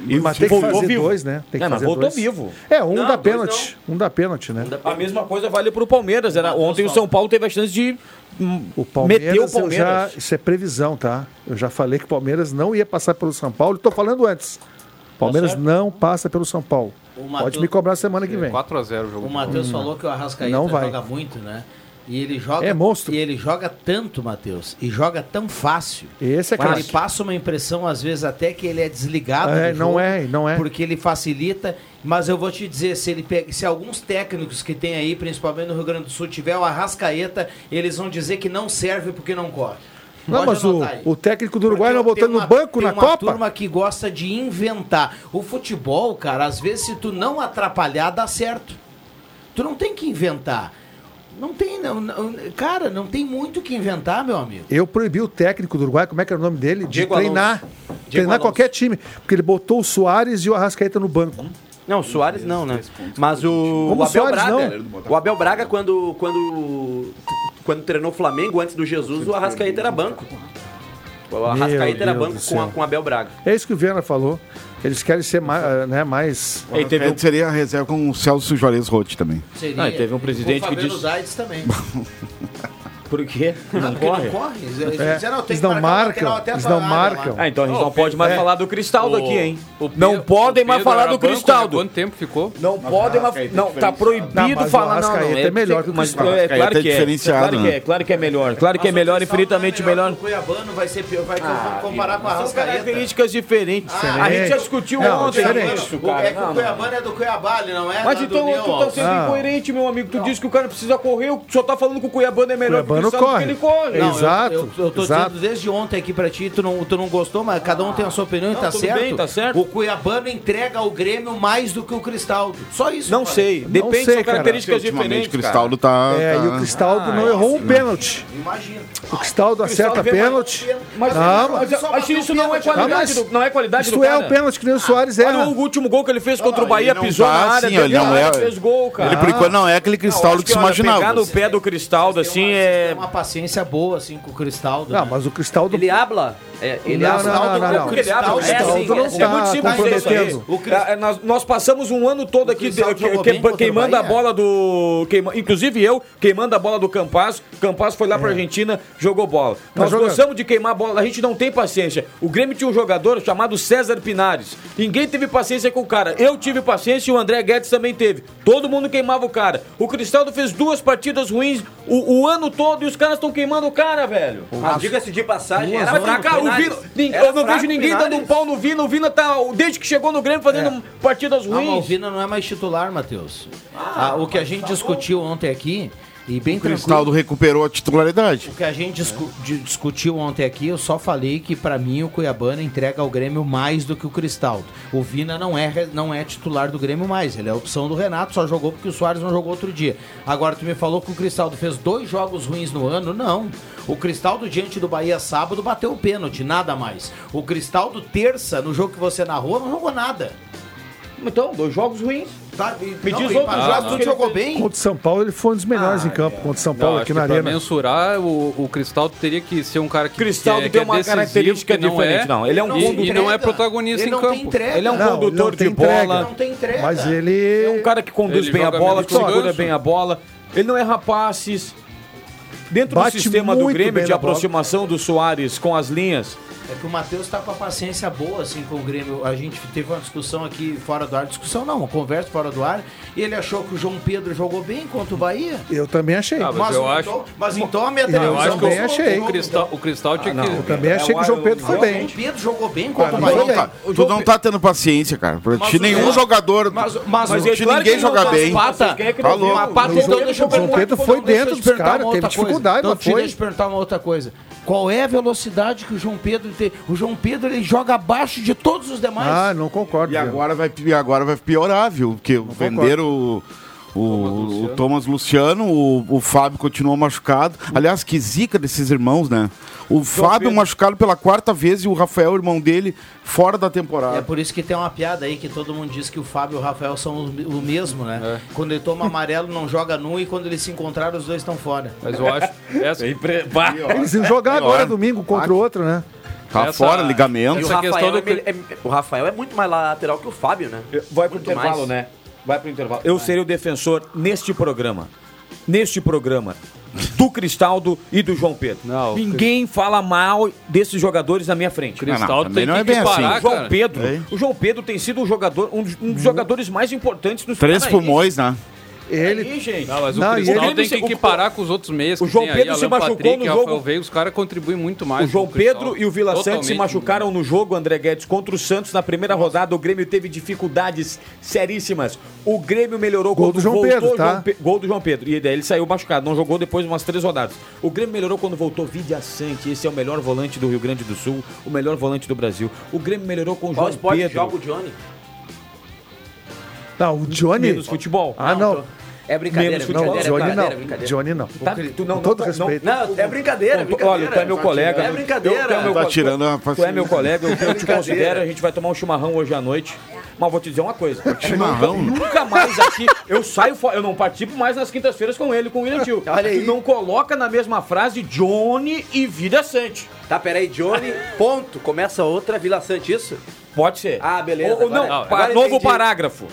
E mas o- tem que voltou fazer vivo. dois, né? Tem que é, mas fazer voltou dois. vivo. É, um Não, dá dois pênalti. Um dá pênalti, né? A mesma coisa vale pro Palmeiras. Era, ontem o São Paulo teve a chance de hum, meter o Palmeiras, eu já, Palmeiras. isso é previsão, tá? Eu já falei que o Palmeiras não ia passar pelo São Paulo. Estou falando antes. Palmeiras não passa pelo São Paulo. Tá O Pode Matheus- me cobrar semana que vem. 4x0 o jogo. O Matheus falou que o Arrascaeta Hum. Não vai. joga muito, né? E ele joga. É monstro. E ele joga tanto, Matheus. E joga tão fácil. Esse é Mas craque. Ele passa uma impressão, às vezes, até que ele é desligado. É, do não jogo, é, não é. Porque ele facilita. Mas eu vou te dizer, se ele pega, se alguns técnicos que tem aí, principalmente no Rio Grande do Sul, tiver o Arrascaeta, eles vão dizer que não serve porque não corre. Não, Pode mas o, anotar aí. o técnico do Uruguai não Tem botando uma- no banco tem na uma Copa? turma que gosta de inventar. O futebol, cara, às vezes se tu não atrapalhar, dá certo. Tu não tem que inventar. Não tem, não, não- cara, não tem muito o que inventar, meu amigo. Eu proibi o técnico do Uruguai, como é que era o nome dele? De Diego treinar. Alonso. Diego treinar Alonso. qualquer time. Porque ele botou o Soares e o Arrascaeta no banco. Não, o Soares não, né? Mas o, Como o Abel Soares, Braga. não? O Abel Braga, quando, quando, quando treinou o Flamengo antes do Jesus, o Arrascaeta era banco. O Arrascaeta era Deus banco do com, a, céu. com o Abel Braga. É isso que o Viana falou. Eles querem ser mais. ah, Né, mais... Ele um seria a reserva com o Celso Juarez Rotti também. Ah, e teve um presidente que disse. Zaides também. Por quê? Não Porque corre? não corre. Eles, eles É, disseram, "Não, tem eles que não marcar o marcam, lateral até a eles não parada lá." marcam. Ah, então a gente Ô, não pode mais é. falar do Cristaldo O- aqui, hein? o Pe- Não podem o mais Pedro falar era do banco, né? Cristaldo. Quanto tempo ficou? Não podem mais. Não, tá proibido mas o falar não, não. Arrascaeta é melhor que o mas, Cristaldo. é, claro Arrascaeta é que é. diferenciado, claro que né? é, claro que é melhor. Claro que é melhor, infinitamente melhor. O Cuiabano vai ser pior, vai comparar com a São Arrascaeta. características diferentes. a gente já discutiu Não, ontem diferente. isso, O- cara. É que Não, o não. Cuiabano é do Cuiabá, ele não é? Mas da- do então União, tu ó. tá sendo Ah. incoerente, meu amigo. Tu diz que o cara precisa correr, eu só tá falando que o Cuiabano é melhor Cuiabano que o Cristaldo corre. porque ele corre. Não, Exato, Eu, eu, eu tô exato. dizendo desde ontem aqui pra ti, tu não, tu não gostou, mas cada um tem a sua opinião e Não, tá tudo certo. bem, tá certo. O Cuiabano entrega ao Grêmio mais do que o Cristaldo. Só isso. Não cara. sei, depende, sei, são cara. características Ultimamente diferentes. o Cristaldo então tá. É, tá- e o Cristaldo não errou um pênalti. Imagina. O Cristaldo acerta vem mais- pênalti. Mas, Não, mas, mas- mas isso não é Não, qualidade, mas do, não é qualidade do Isto é cara. o pênalti que nem o Soares Olha erra. o último gol que ele fez contra o Bahia, ele não pisou tá na área, assim, ó, ele dentro da não área, é- fez gol, cara. Ele por enquanto não é aquele Cristaldo acho que se olha, Pegar imaginava. no pé do Cristaldo, assim, é... Tem uma paciência boa, assim, com o Cristaldo. Não, né? Ah, mas o Cristaldo. Ele habla? É, ele Não, habla. não, não, não, não. Porque ele abre- Cristaldo é, assim, não é, é tá muito simples dizer isso aí. comprometendo. O Cris- É, nós, nós passamos um ano todo aqui de- Cristaldo que- jogou que- bem contra o queimando a Bahia? bola do. queima- inclusive eu, queimando a bola do Campasso. Campasso foi lá pra Argentina, jogou bola. nós jogando. gostamos de queimar a bola, a gente não tem paciência. O Grêmio tinha um jogador chamado César Pinares. Ninguém teve paciência com o cara. Eu tive paciência e o André Guedes também teve. Todo mundo queimava o cara. O Cristaldo fez duas partidas ruins o, o ano todo e os caras estão queimando o cara, velho. Mas diga-se Tá de passagem, era Mas pra fraco cá, o Pinares. Vina, nin- Era eu não fraco vejo ninguém Pinares. dando um pau no Vina. O Vina tá, desde que chegou no Grêmio, fazendo É. partidas A ruins. Malvina não é mais titular, Matheus. Ah, o que a gente discutiu ontem aqui, e bem O Cristaldo tranquilo, recuperou a titularidade. o que a gente discu- di- discutiu ontem aqui, eu só falei que pra mim o Cuiabano entrega ao Grêmio mais do que o Cristaldo. O Vina não é, re- não é titular do Grêmio mais, ele é a opção do Renato, só jogou porque o Soares não jogou outro dia. Agora tu me falou que o Cristaldo fez dois jogos ruins no ano? Não. O Cristaldo diante do Bahia sábado bateu o pênalti, nada mais. O Cristaldo terça, no jogo que você narrou, não jogou nada. Então, dois jogos ruins. Tá, e- Me não, diz e outro pra jogo jogos que tu ele jogou fez. bem. Contra o São Paulo, ele foi um dos melhores em campo. Contra o São Paulo, Não, aqui acho na que pra é um Arena. mensurar, o, o Cristaldo teria que ser um cara que Cristaldo que é- que tem é uma decisivo, característica que não diferente, é, não. Ele é um e, condutor. e não é entrega. protagonista Ele em não tem campo. entrega. Ele é um Não, condutor não de tem entrega. bola. Não tem entrega. Mas ele. É um cara que conduz Ele bem a joga bola, menos que que o segura Ganso. bem a bola. Ele não erra passes. Dentro Bate do sistema do muito Grêmio bem de na bola. aproximação do Soares com as linhas, É que o Matheus tá com a paciência boa, assim, com o Grêmio. A gente teve uma discussão aqui fora do ar. Discussão não, uma conversa fora do ar. E ele achou que o João Pedro jogou bem contra o Bahia. Eu também achei. Ah, mas eu acho- então, mas então a minha televisão... Eu acho que também falou achei. o, que o Cristal, o Cristal tinha que... Eu É também achei que o João Pedro foi O João bem. Pedro jogou bem contra Tu o não, Bahia. tá, tu é- não tá tendo paciência, cara. Pra Mas ti, o- nenhum é. jogador. Mas, mas, Mas mas é Se claro ninguém que não jogar dá bem. pata. Vocês querem que Tá não louco. vá? Pata, O então assim, João- deixa eu o João perguntar Pedro pro foi Fernando, deixa dentro eu dos perguntar caras, uma teve outra coisa. dificuldade, então, mas deixa foi. eu te perguntar uma outra coisa. Qual é a velocidade que o João Pedro tem? O João Pedro ele joga abaixo de todos os demais. Ah, não concordo. E Diego. agora vai, e agora vai piorar, viu? Porque venderam o, O, o Thomas Luciano, o, o Fábio continuou machucado. Aliás, que zica desses irmãos, né? O Fábio machucado pela quarta vez e o Rafael, irmão dele, fora da temporada. É por isso que tem uma piada aí que todo mundo diz que o Fábio e o Rafael são o o mesmo, né? É. Quando ele toma amarelo, não joga nu e quando eles se encontraram, os dois estão fora. Mas eu acho. É Essa... é Eles iam jogar agora domingo contra o outro, né? Tá Essa- fora, ligamento. E o, Rafael é mele- é- o Rafael é muito mais lateral que o Fábio, né? Vai pro Muito intervalo, mais. né? Vai pro intervalo. Eu serei o defensor neste programa. Neste programa. Do Cristaldo e do João Pedro. Não, Ninguém fala mal desses jogadores na minha frente. Cristaldo Ah, não, também tem não é que bem parar, assim. João cara. Pedro. Hein? O João Pedro tem sido um jogador, um dos, Uhum. um dos jogadores mais importantes dos Três pulmões, né? Ele... Aí, gente. Não, mas o Não, e Cristaldo ele- tem o- que, que parar com os outros meias que o João tem Pedro aí, se Alan machucou Patrick, no Rafael jogo. Veiga, os caras contribuem muito mais. O João com Cristaldo. Pedro e o Vila Santos se Totalmente. machucaram no jogo, André Guedes, contra o Santos na primeira rodada. O Grêmio teve dificuldades seríssimas. O Grêmio melhorou Gol quando do João voltou Pedro, o tá? João Pe- Gol do João Pedro. E daí ele saiu machucado, não jogou depois de umas três rodadas. O Grêmio melhorou quando voltou Vidia Sante. Esse é o melhor volante do Rio Grande do Sul, o melhor volante do Brasil. O Grêmio melhorou com Qual o João esporte Pedro. joga o Johnny? Não, o Johnny. Menos futebol. então, Ah, não. É brincadeira, Menos é Não, brincadeira, é Johnny brincadeira, é não. brincadeira. Johnny não. Tá, tu não- Com todo não- respeito. Não, é brincadeira, é brincadeira. Olha, tu é meu colega. É brincadeira. Eu- tu é meu Tá co- tirando tu- a Tu é meu paciência. colega, eu, eu te Brincadeira. considero. A gente vai tomar um chimarrão hoje à noite. Mas vou te dizer uma coisa. Chimarrão? Nunca mais aqui. Eu saio fora. Eu não participo mais nas quintas-feiras com ele, com o William Tio. Olha aí. Tu não coloca na mesma frase Johnny e Vida Sante. Tá, peraí, Johnny, ponto. Começa outra Vila Sante, isso? Pode ser. Ah, é, beleza, Ou, ou não, agora- pa- agora novo entendi. parágrafo.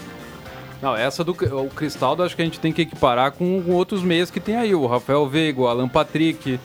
Não, essa do o Cristaldo acho que a gente tem que equiparar com, com outros meias que tem aí. O Rafael Veiga, o Alan Patrick,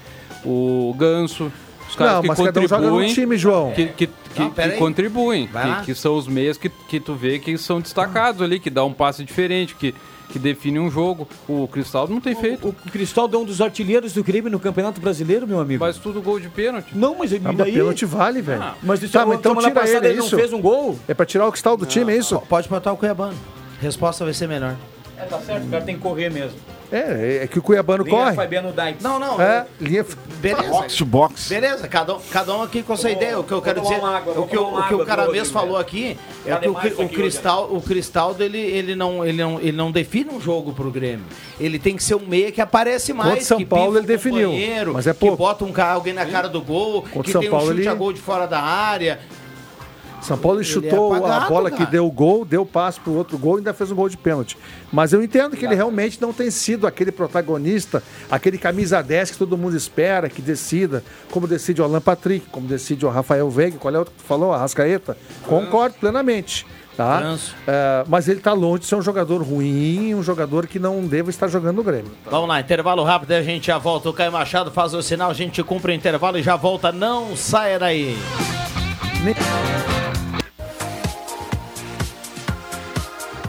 o Ganso. Os caras Não, que mas cada um contribuem. joga no time, João. Que, que, Não, que- pera que aí. contribuem. Vai lá. Que, que são os meias que, que tu vê que são destacados ali, que dá um passe diferente, que, que define um jogo. O Cristaldo não tem feito. O Cristaldo é um dos artilheiros do Grêmio no Campeonato Brasileiro, meu amigo. Faz tudo gol de pênalti. Não, mas ele Ah, mas pênalti vale, velho. Ah, Mas isso tá, mas então semana tira passada ele, ele, é não isso? fez um gol? É pra tirar o Cristal do time, é isso? Pode botar o Cuiabano. Resposta vai ser melhor. É, tá certo, o cara tem que correr mesmo. É, é que o Cuiabano corre. Fabiano Dykes. Não, não. É, linha... Beleza. Box to box. Beleza, cada um, cada um aqui com sua ideia. O que eu quero tomar dizer, uma água, o que, vou o, tomar uma o que o água, cara tô mesmo hoje, falou né? aqui é Tá que o, demais cri- isso o aqui cristal, o cristaldo ele, ele não ele não ele não define um jogo pro Grêmio. Ele tem que ser um meia que aparece mais, Contra São que Paulo pifa o ele definiu, companheiro, mas é pouco. que bota um cara, alguém na cara do gol, que São tem Paulo, um chute ele- a gol de fora da área. São Paulo chutou é apagado, a bola cara. que deu o gol, deu o passe pro outro gol e ainda fez um gol de pênalti. Mas eu entendo que ele realmente não tem sido aquele protagonista, aquele camisa 10 que todo mundo espera que decida, como decide o Alan Patrick, como decide o Rafael Veiga, qual é o outro que tu falou, a Rascaeta. Concordo plenamente. Tá? França. É, mas ele tá longe de ser um jogador ruim, um jogador que não deva estar jogando no Grêmio. Vamos lá, intervalo rápido e a gente já volta. O Caio Machado faz o sinal, a gente cumpre o intervalo e já volta. Não saia daí.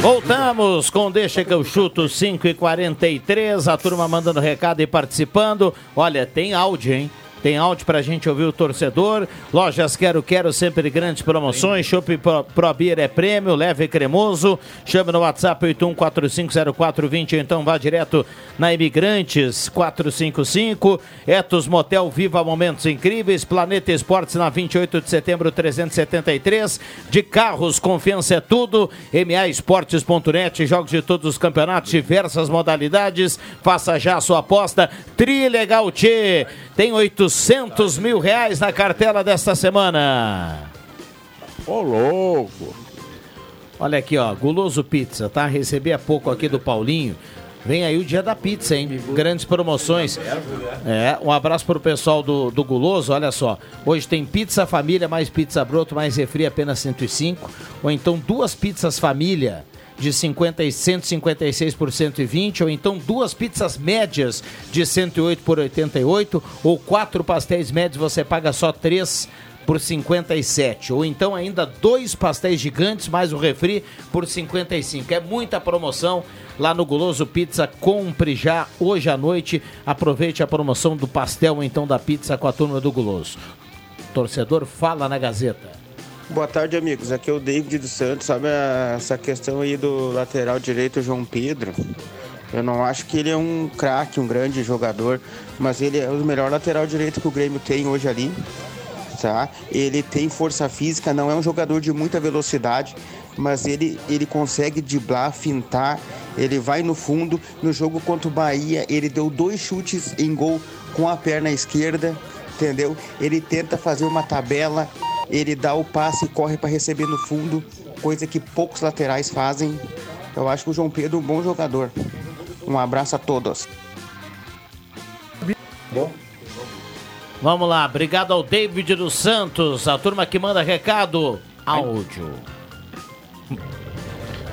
Voltamos com Deixa que eu chuto 5 e 43 a turma mandando recado e participando. Olha, tem áudio, hein? Tem áudio pra gente ouvir o torcedor. Lojas Quero Quero, sempre grandes promoções. Chopp Pro, Pro Beer é prêmio, leve e cremoso. Chame no WhatsApp 81450420, ou então vá direto na Imigrantes 455. Etos Motel Viva Momentos Incríveis. Planeta Esportes na 28 de setembro 373. De carros, confiança é tudo. MAEsportes.net, jogos de todos os campeonatos, diversas modalidades. Faça já a sua aposta. Trilegal T. Tem 800 mil reais na cartela desta semana. Ô, louco! Olha aqui, ó, Guloso Pizza, tá? Recebi há pouco aqui do Paulinho. Vem aí o dia da pizza, hein? Grandes promoções. É, um abraço pro pessoal do, do Guloso, olha só. Hoje tem pizza família, mais pizza broto, mais refri apenas 105. Ou então duas pizzas família de 50 e 156 por 120, ou então duas pizzas médias de 108 por 88, ou quatro pastéis médios, você paga só três por 57. Ou então ainda dois pastéis gigantes mais um refri por 55. É muita promoção lá no Guloso Pizza. Compre já hoje à noite. Aproveite a promoção do pastel ou então da pizza com a turma do Guloso. Torcedor fala na Gazeta. Boa tarde, amigos. Aqui é o David dos Santos. Sabe a- essa questão aí do lateral direito, o João Pedro? Eu não acho que ele é um craque, um grande jogador, mas ele é o melhor lateral direito que o Grêmio tem hoje ali. Tá? Ele tem força física, não é um jogador de muita velocidade, mas ele, ele consegue driblar, fintar, ele vai no fundo. No jogo contra o Bahia, ele deu dois chutes em gol com a perna esquerda, entendeu? Ele tenta fazer uma tabela, ele dá o passe e corre para receber no fundo, coisa que poucos laterais fazem. Eu acho que o João Pedro é um bom jogador. Um abraço a todos. Bom. Vamos lá, obrigado ao David dos Santos, a turma que manda recado. Áudio.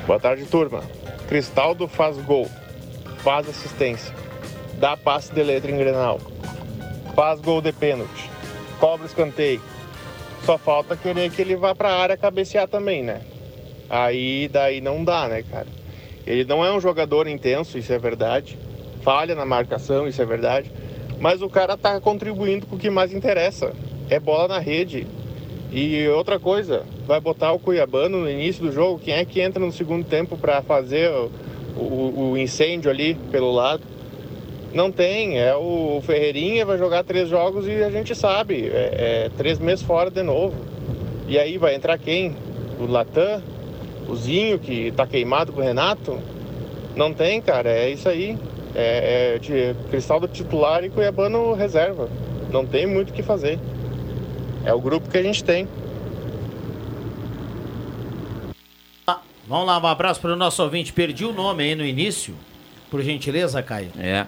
Boa tarde, turma. Cristaldo faz gol, faz assistência, dá passe de letra em Grenal, faz gol de pênalti, cobra escanteio. Só falta querer que ele vá pra área cabecear também, né? Aí daí não dá, né, cara? Ele não é um jogador intenso, isso é verdade. Falha na marcação, isso é verdade. Mas o cara tá contribuindo com o que mais interessa. É bola na rede, e outra coisa, vai botar o Cuiabano no início do jogo? Quem é que entra no segundo tempo para fazer o, o- o incêndio ali pelo lado? Não tem, é o Ferreirinha vai jogar três jogos e a gente sabe, é, é três meses fora de novo. E aí vai entrar quem? O Latam? O Zinho que tá queimado com o Renato? Não tem, cara, é isso aí. É, é de cristal do titular e Cuiabano reserva. Não tem muito o que fazer. É o grupo que a gente tem. Vamos lá, um abraço para o nosso ouvinte. Perdi o nome aí no início, por gentileza, Caio. É.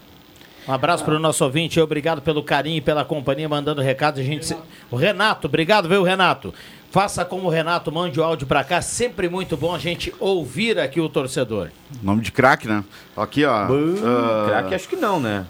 Um abraço para o nosso ouvinte, obrigado pelo carinho e pela companhia, mandando recado. A gente se- O Renato, obrigado, viu, Renato? Faça como o Renato, mande o áudio para cá. Sempre muito bom a gente ouvir aqui o torcedor. Nome de craque, né? Aqui, ó. ah, Craque acho que não, né?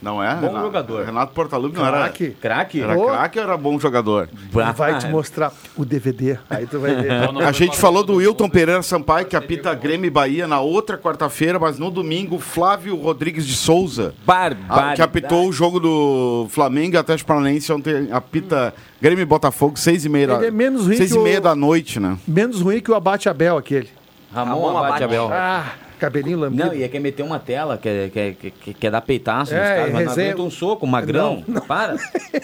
Não é? Bom jogador. Renato Portaluppi não era... Craque? Craque? Era Ô. craque ou era bom jogador? Vai te mostrar o DVD. Aí tu vai ver. A gente falou do Wilton Pereira Sampaio, que apita Grêmio e Bahia na outra quarta-feira, mas no domingo, Flávio Rodrigues de Souza, Barbaridade. a- Ah, que apitou o jogo do Flamengo e Atlético Paranaense ontem, apita Grêmio e Botafogo, seis e meia, da, Ele é menos ruim seis que e meia o- da noite, né? Menos ruim que o Abate Abel, aquele. Ramon, Ramon Abate Abel. Ah, cabelinho lambido. Não, e é quer meter uma tela, é, quer, quer, quer, quer dar peitaço nos É, caras, mas resenha- não aguenta um soco, magrão. Para.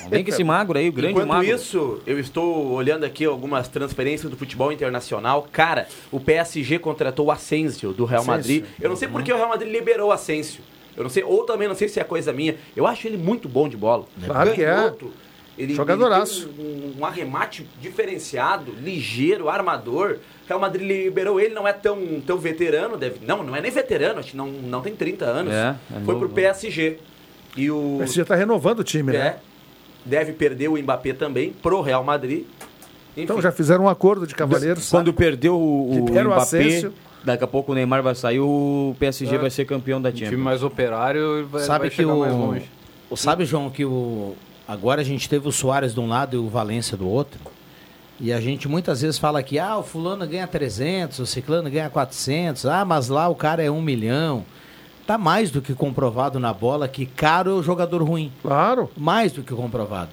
Vem com esse magro aí, o grande Enquanto magro. isso, eu estou olhando aqui algumas transferências do futebol internacional. Cara, o PSG contratou o Asensio do Real Asensio. Madrid. Eu não sei por que o Real Madrid liberou o Asensio. Eu não sei, ou também não sei se é coisa minha. Eu acho ele muito bom de bola. Claro que é. Canhoto. Ele, Jogadoraço. ele tem um, um arremate diferenciado, ligeiro, armador. Real Madrid liberou ele, não é tão, tão veterano. Deve, não, não é nem veterano, acho que não, não tem 30 anos. É, é Foi novo, pro né? PSG. E o O PSG tá renovando o time, né? é. Deve perder o Mbappé também pro Real Madrid. Enfim, Então já fizeram um acordo de cavaleiros. Quando perdeu o, o Era o Mbappé, Asensio. daqui a pouco o Neymar vai sair, o PSG Ah. É. vai ser campeão da Champions. time mais operário vai, Sabe vai que chegar o- mais longe. O- Sabe, João, que o... agora a gente teve o Soares de um lado e o Valência do outro. E a gente muitas vezes fala que ah, o fulano ganha 300, o ciclano ganha 400. Ah, mas lá o cara é um milhão. Tá mais do que comprovado na bola que caro é o jogador ruim. Claro. Mais do que comprovado.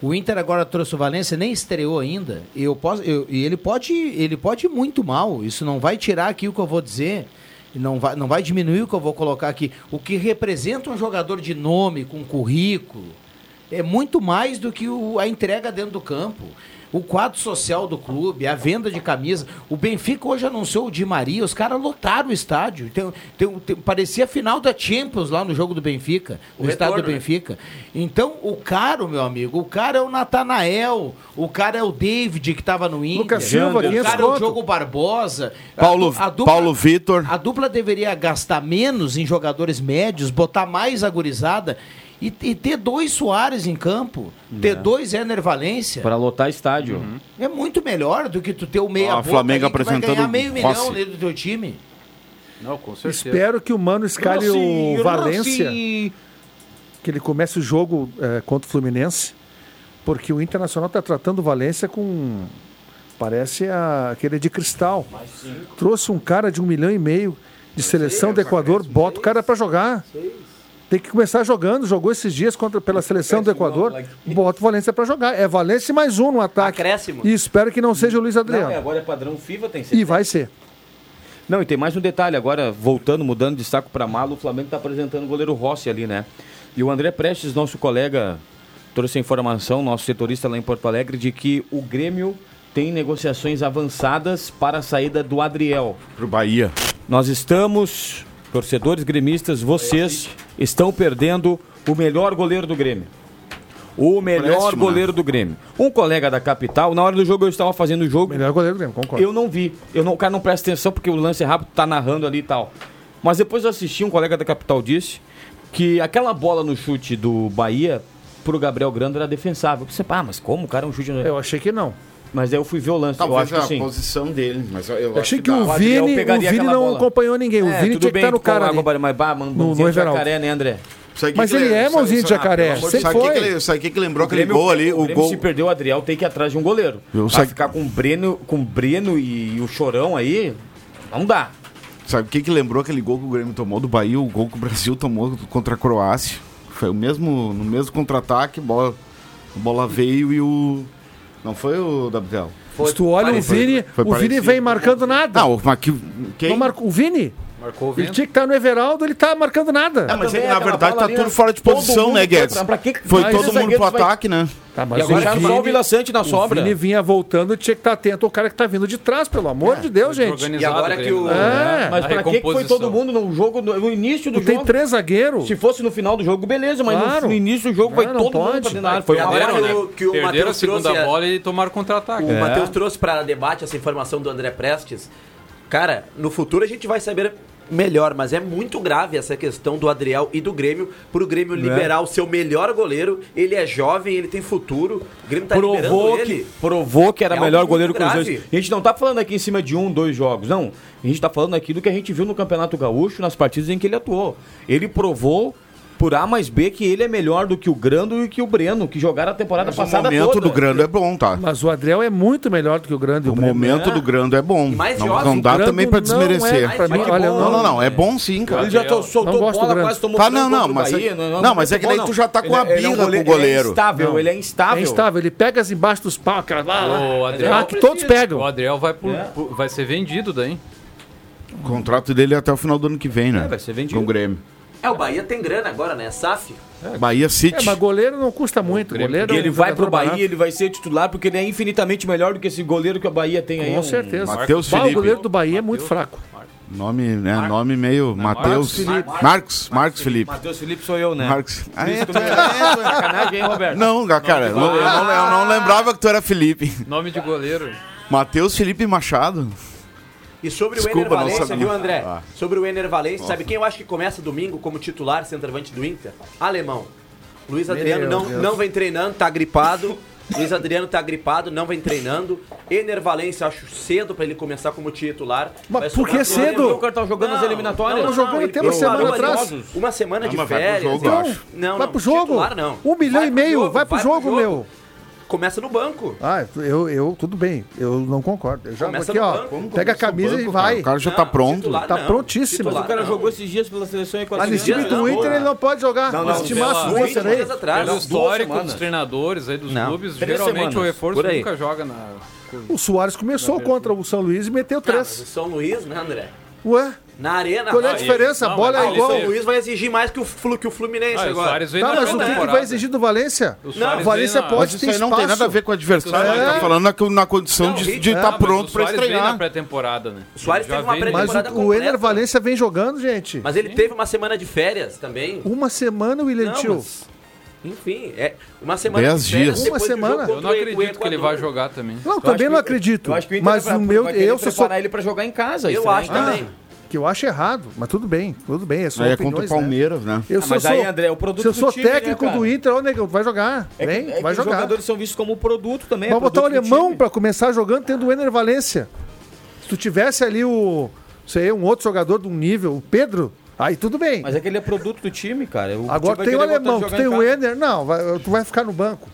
O Inter agora trouxe o Valência, nem estreou ainda. E, eu posso, eu- e ele, pode, ele pode ir muito mal. Isso não vai tirar aqui o que eu vou dizer. E Não vai, não vai diminuir o que eu vou colocar aqui. O que representa um jogador de nome, com currículo, é muito mais do que o- a entrega dentro do campo. O quadro social do clube, a venda de camisa. O Benfica hoje anunciou o Di Maria, os caras lotaram o estádio. Tem- tem- tem- parecia a final da Champions lá no jogo do Benfica, O no estádio do retorno, né? Benfica. Então, o cara, meu amigo, o cara é o Natanael, o cara é o David que estava no Inter. Lucas Silva, o 500 cara é o conto. Diogo Barbosa. A Paulo, du- a dupla- Paulo Vitor. a dupla deveria gastar menos em jogadores médios, botar mais agorizada e, e ter dois Soares em campo, Né. ter dois Ener Valência. Pra lotar estádio. Uhum. É muito melhor do que tu ter o meia Ó, boca Flamengo aí que vai apresentando ganhar um meio milhão Rossi. dentro do teu time. Não, com certeza. Espero que o Mano escale Rossi, o Valência. Rossi. Que ele comece o jogo eh, contra o é, Fluminense. Porque o Internacional está tratando o Valência com. Parece a- aquele de cristal. Trouxe um cara de um milhão e meio de seleção do Equador, bota o cara para jogar. Tem que começar jogando. Jogou esses dias contra, pela é, seleção do Equador. Bota o Valência para jogar. É Valência e mais um no ataque. Acréscimo. E espero que não seja o Luiz Não, é, Adriano. agora é padrão FIFA, tem E vai ser. Não, e tem mais um detalhe agora, voltando, mudando de saco para malo, o Flamengo está apresentando o goleiro Rossi ali, né? E o André Prestes, nosso colega, trouxe a informação, nosso setorista lá em Porto Alegre, de que o Grêmio tem negociações avançadas para a saída do Adriel. Pro Bahia. Nós estamos, torcedores gremistas, vocês estão perdendo o melhor goleiro do Grêmio. O melhor Empréstimo, né? goleiro do Grêmio. Um colega da capital, na hora do jogo eu estava fazendo o jogo. Melhor goleiro do Grêmio, concordo. Eu não vi. Eu não, o cara não presta atenção porque o lance é rápido, tá narrando ali e tal. Mas depois eu assisti, um colega da capital disse que aquela bola no chute do Bahia pro Gabriel Grando era defensável. Eu pensei, ah, mas como o cara é um chute... Eu achei que não. Mas aí eu fui ver o lance, Talvez eu acho a que sim. posição dele, mas eu, eu Eu acho achei que o dá. Vini, Adriel o pegaria Vini aquela não bola. acompanhou ninguém. O É, Vini tudo tinha que bem estar no com cara. ali. é Agora, mas, bah, No- no mãozinha de Everaldo. jacaré, né, André? Sabe Mas ele é mãozinha de jacaré. Sempre sabe o que foi. que ele- sabe o que que lembrou O aquele Grêmio- gol ali? o O Grêmio gol. se perdeu, o Adriel tem que ir atrás de um goleiro. Eu Pra sabe- ficar com o Breno, com o Breno e o Chorão aí, não dá. Sabe o que, que lembrou aquele gol que o Grêmio tomou do Bahia, o gol que o Brasil tomou contra a Croácia? Foi o mesmo, no mesmo contra-ataque, bola, a bola veio e o. Não foi o Dabdel? Se tu olha o Vini, o Vini vem marcando nada. Não, mas que- quem? Não marcou, o Vini? Marcou o Ele tinha que estar no Everaldo, ele tá marcando nada. Ah, mas ele, na verdade, tá tudo fora de posição, né, Guedes? Foi todo mundo pro ataque, né? Tá, E agora tá só o Vila Sante na sobra. O Vini vinha voltando, tinha que estar atento ao cara que tá vindo de trás, pelo amor de Deus, gente. E agora que o. É. Mas pra que que foi todo mundo no jogo, no, no início do Tu jogo? tem três zagueiros. Se fosse no final do jogo, beleza, mas no- Claro. no, início do jogo Não, vai não todo mundo pode. pra dentro da área. Foi uma Perderam, hora, né? né? que o É, Perderam a Matheus segunda trouxe a- bola e tomaram contra-ataque. É. O Matheus trouxe para debate essa informação do André Prestes. Cara, no futuro a gente vai saber melhor, mas é muito grave essa questão do Adriel e do Grêmio, pro Grêmio Né? liberar o seu melhor goleiro. Ele é jovem, ele tem futuro. O Grêmio tá provou liberando que, ele. provou que era É melhor algo goleiro muito que os grave. dois. A gente não tá falando aqui em cima de um, dois jogos, não. A gente tá falando aqui do que a gente viu no Campeonato Gaúcho, nas partidas em que ele atuou. Ele provou por A mais B que ele é melhor do que o Grando e que o Breno, que jogaram a temporada O passada momento toda. do Grando é bom, tá? Mas o Adriel é muito melhor do que o Grande. O momento do Grando é bom. mais Não, jovem, não o dá Grando também pra não é desmerecer. pra mim, olha, não, não, não. É bom sim, cara. Ele já to- soltou Não gosto bola, do quase Grêmio. tomou Tá, frango não, não, contra o mas é- Bahia, não, mas é que daí tu já tá com a Ele é- ele é um birra com o Ele é goleiro. instável, Não. ele é instável. É instável, ele pega as embaixo dos pau, aquela lá, lá. O Adriel Ah, que todos O pegam. Adriel vai, pro- pro- vai ser vendido daí. O contrato dele é até o final do ano que vem, né? vai ser vendido. Com o Grêmio. É, o Bahia tem grana agora, né? SAF. Bahia É, City. mas goleiro não custa muito. Goleiro E é um ele vai jogador pro Bahia, barato. ele vai ser titular porque ele é infinitamente melhor do que esse goleiro que o Bahia tem aí. é Com um certeza. Matheus Bah, O Felipe. goleiro do Bahia é muito fraco. Nome, né? Nome meio Matheus. Felipe. Marcos, Marcos, Felipe. Matheus Felipe sou eu, né? Marcos. Ah, é, Isso, tu tu- é- é, sacanagem, hein, Roberto? Não, cara, eu não, eu não- eu não lembrava que tu era Felipe. Nome de goleiro. Matheus Felipe Machado. E sobre Desculpa, o Ener não Valencia, sabia. viu, André? Ah. Sobre o Ener Valencia, sabe quem eu acho que começa domingo como titular centroavante do Inter? Alemão. Luiz Adriano não, Deus. não vem treinando, tá gripado. Luiz Adriano tá gripado, não vem treinando. Ener Valencia, acho cedo pra ele começar como titular. Mas Vai por que sobrar pro Alemão. cedo? O cara tá jogando as Não, eliminatórias. não, não, Tá jogando ele- até uma ele semana parou ali atrás. uma- Uma semana Ah, de mas vai pro férias. jogo, eu então- acho. vai Não, não, pro jogo. titular não. Um milhão Vai e pro meio, jogo, vai pro jogo, meu. Começa no banco. Ah, eu, eu tudo bem, eu não concordo. Eu já Começa aqui, no ó, banco. Como pega a camisa banco, e vai. cara? O cara já tá Não, pronto. titular Tá não. prontíssimo. Titular O cara não. jogou esses dias pela seleção Mas equatoriana. esse time Ah, do não, Inter não. ele não pode jogar. Não, não, Esse timaço pela- do Dois Inter aí. meses atrás. Pelo duas histórico né? semanas. dos treinadores aí dos Não. clubes, Três geralmente o semanas, reforço por aí. nunca joga na. O Soares começou contra o São Luís e meteu Ah, mas o três. São Luís, né, André? Ué? Na arena. Qual é a vai. diferença? A não, bola mas é Ah, o igual. São Luís vai exigir mais que o, Flu, que o Fluminense Ah, o agora. Soares vem Tá, na mas o que, que vai exigir do Valência? O Não, Soares o Valência vem na- pode Mas ter isso aí espaço. não tem nada a ver com o adversário. É. Ele tá falando na, na condição Não, de ritmo. estar Não, tá mas pronto O pra Soares vem na treinar. pré-temporada, né? O Soares Ele teve já uma vem Mas pré-temporada o, o completa. Ener Valência vem jogando, gente. Mas ele teve uma semana de férias também. Uma semana, William Não, Tio. mas- Enfim, é uma semana Dez de férias. dias. depois Uma do semana? jogo Eu não contra o acredito que ele vai Equador. jogar também. Não, acho também que não o- acredito. eu acho que Inter Mas vai- o meu. vai querer Eu só sou. preparar ele pra jogar em casa. Eu isso aí. acho também. Que eu acho errado. Mas tudo bem, tudo bem. É só Aí é opiniões, contra o né? Palmeiras, né? Eu Ah, sou, mas aí, sou- André, é o produto se eu do sou time, né, técnico cara? do Inter, ô negão, vai jogar. É que- Vem, é que vai os jogar. jogadores são vistos como produto também. Vai é botar o produto do alemão time. pra começar jogando tendo o Ener Valência. Se tu tivesse ali o. Sei, um outro jogador de um nível, o Pedro, aí tudo bem. Mas é que ele é produto do time, cara. O time Agora vai tem o querer botar ele alemão, tu jogar tem em o casa. Ener. Não, vai- tu vai ficar no banco.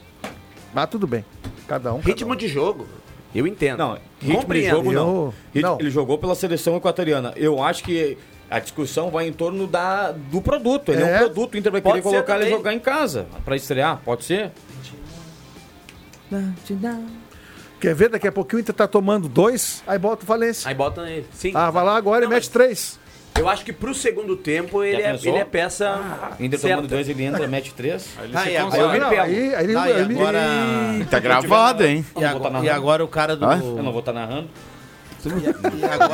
Mas tudo bem. Cada um. Ritmo de jogo. Eu entendo. Não, ritmo Compreendo. de jogo não. Eu- Rit- Ele jogou pela seleção equatoriana. Eu acho que a discussão vai em torno da, do produto. Ele é, É. um produto, o Inter vai Pode querer ser colocar ele também. jogar em casa pra estrear. Pode ser? Quer ver? Daqui a pouquinho o Inter tá tomando dois, aí bota o Valência. Aí bota ele. Sim. Ah, vai lá agora e mete três. Eu acho que pro segundo tempo ele, Já é, pensou? Ah, ele é peça. Ainda certa. tomando dois, ele entra, mete três. Aí ele Tá, se e agora- consola. Não, aí- aí ele- Tá, e ele- agora- ele- Tá gravado, hein? E agora, e agora o cara do. Ah? tá Eu não vou estar narrando.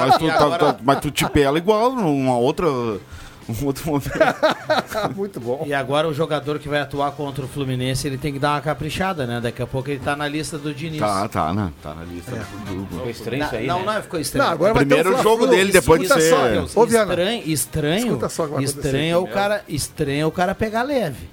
mas, tu, e tá- agora- tá- mas tu te pela igual numa outra. Um outro momento. Muito bom. E agora o jogador que vai atuar contra o Fluminense, ele tem que dar uma caprichada, né? Daqui a pouco ele tá na lista do Diniz. Tá, tá, né? Tá na lista. do- do- estranho Na- não, não, ficou estranho. Não, agora vai ter o Primeiro Fla-Flu. jogo dele, depois é. de Escuta ser- só, Deus, Ô, Viana. Estranho, estranho, Escuta só o que vai acontecer estranho é o aqui, cara, estranho é o cara pegar leve.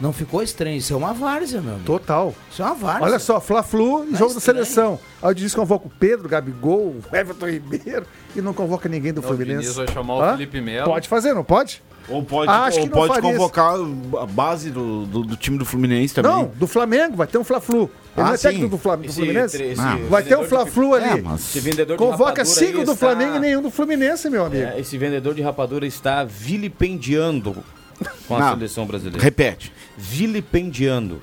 Não ficou estranho, isso é uma várzea, meu amigo. Total. Isso é uma várzea. Tá Olha só, Fla-Flu e jogo da seleção. Aí o Diniz convoca o Pedro, Gabigol, o Everton Ribeiro e não convoca ninguém do Não, o Fluminense. Diniz vai Tá chamar o Hã? Felipe Melo. Pode fazer, não pode? Ou pode, Acho ou que não pode faria isso. convocar a base do, do, do time do Fluminense também. Não, do Flamengo, vai ter um Fla-Flu. Ele Ah, não é sim. técnico do, Flam- do Esse- Fluminense? esse Ah, vai ter vendedor um de- Fla-Flu ali. É, mas- Esse vendedor de rapadura Convoca aí cinco do está- Flamengo e nenhum do Fluminense, meu amigo. É, esse vendedor de rapadura está vilipendiando com a Não. seleção brasileira. Repete. Vilipendiando.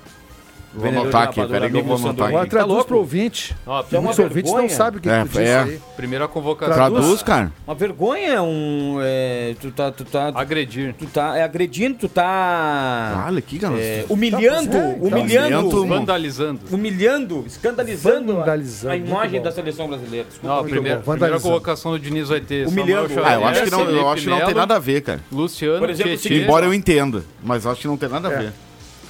Vou Vendedor de anotar aqui, rapadura, peraí que eu amigo vou anotar sanduíche. aqui. Agora traduz pro ouvinte. Ó, isso Muitos ouvintes não sabem o que É, tu disse é. aí. Primeira convocação. Traduz, cara. Uma vergonha é um. é, tu tá. Tu tá Agredir. Tu tá é, agredindo, tu tá. Olha aqui, cara. é, humilhando, Tá, pois é, cara. humilhando, Humilhando. Vandalizando. humilhando, escandalizando, a- Vandalizando, a muito imagem bom. da seleção brasileira. Desculpa, Não, a muito primeira, bom. primeira colocação do Diniz vai ter Humilhando. Samuel Ah, eu acho Xavier, que não, eu Felipe acho que não tem Melo, nada a ver, cara. Luciano, Por exemplo, Tietê. Embora eu entenda, mas acho que não tem nada a É. ver.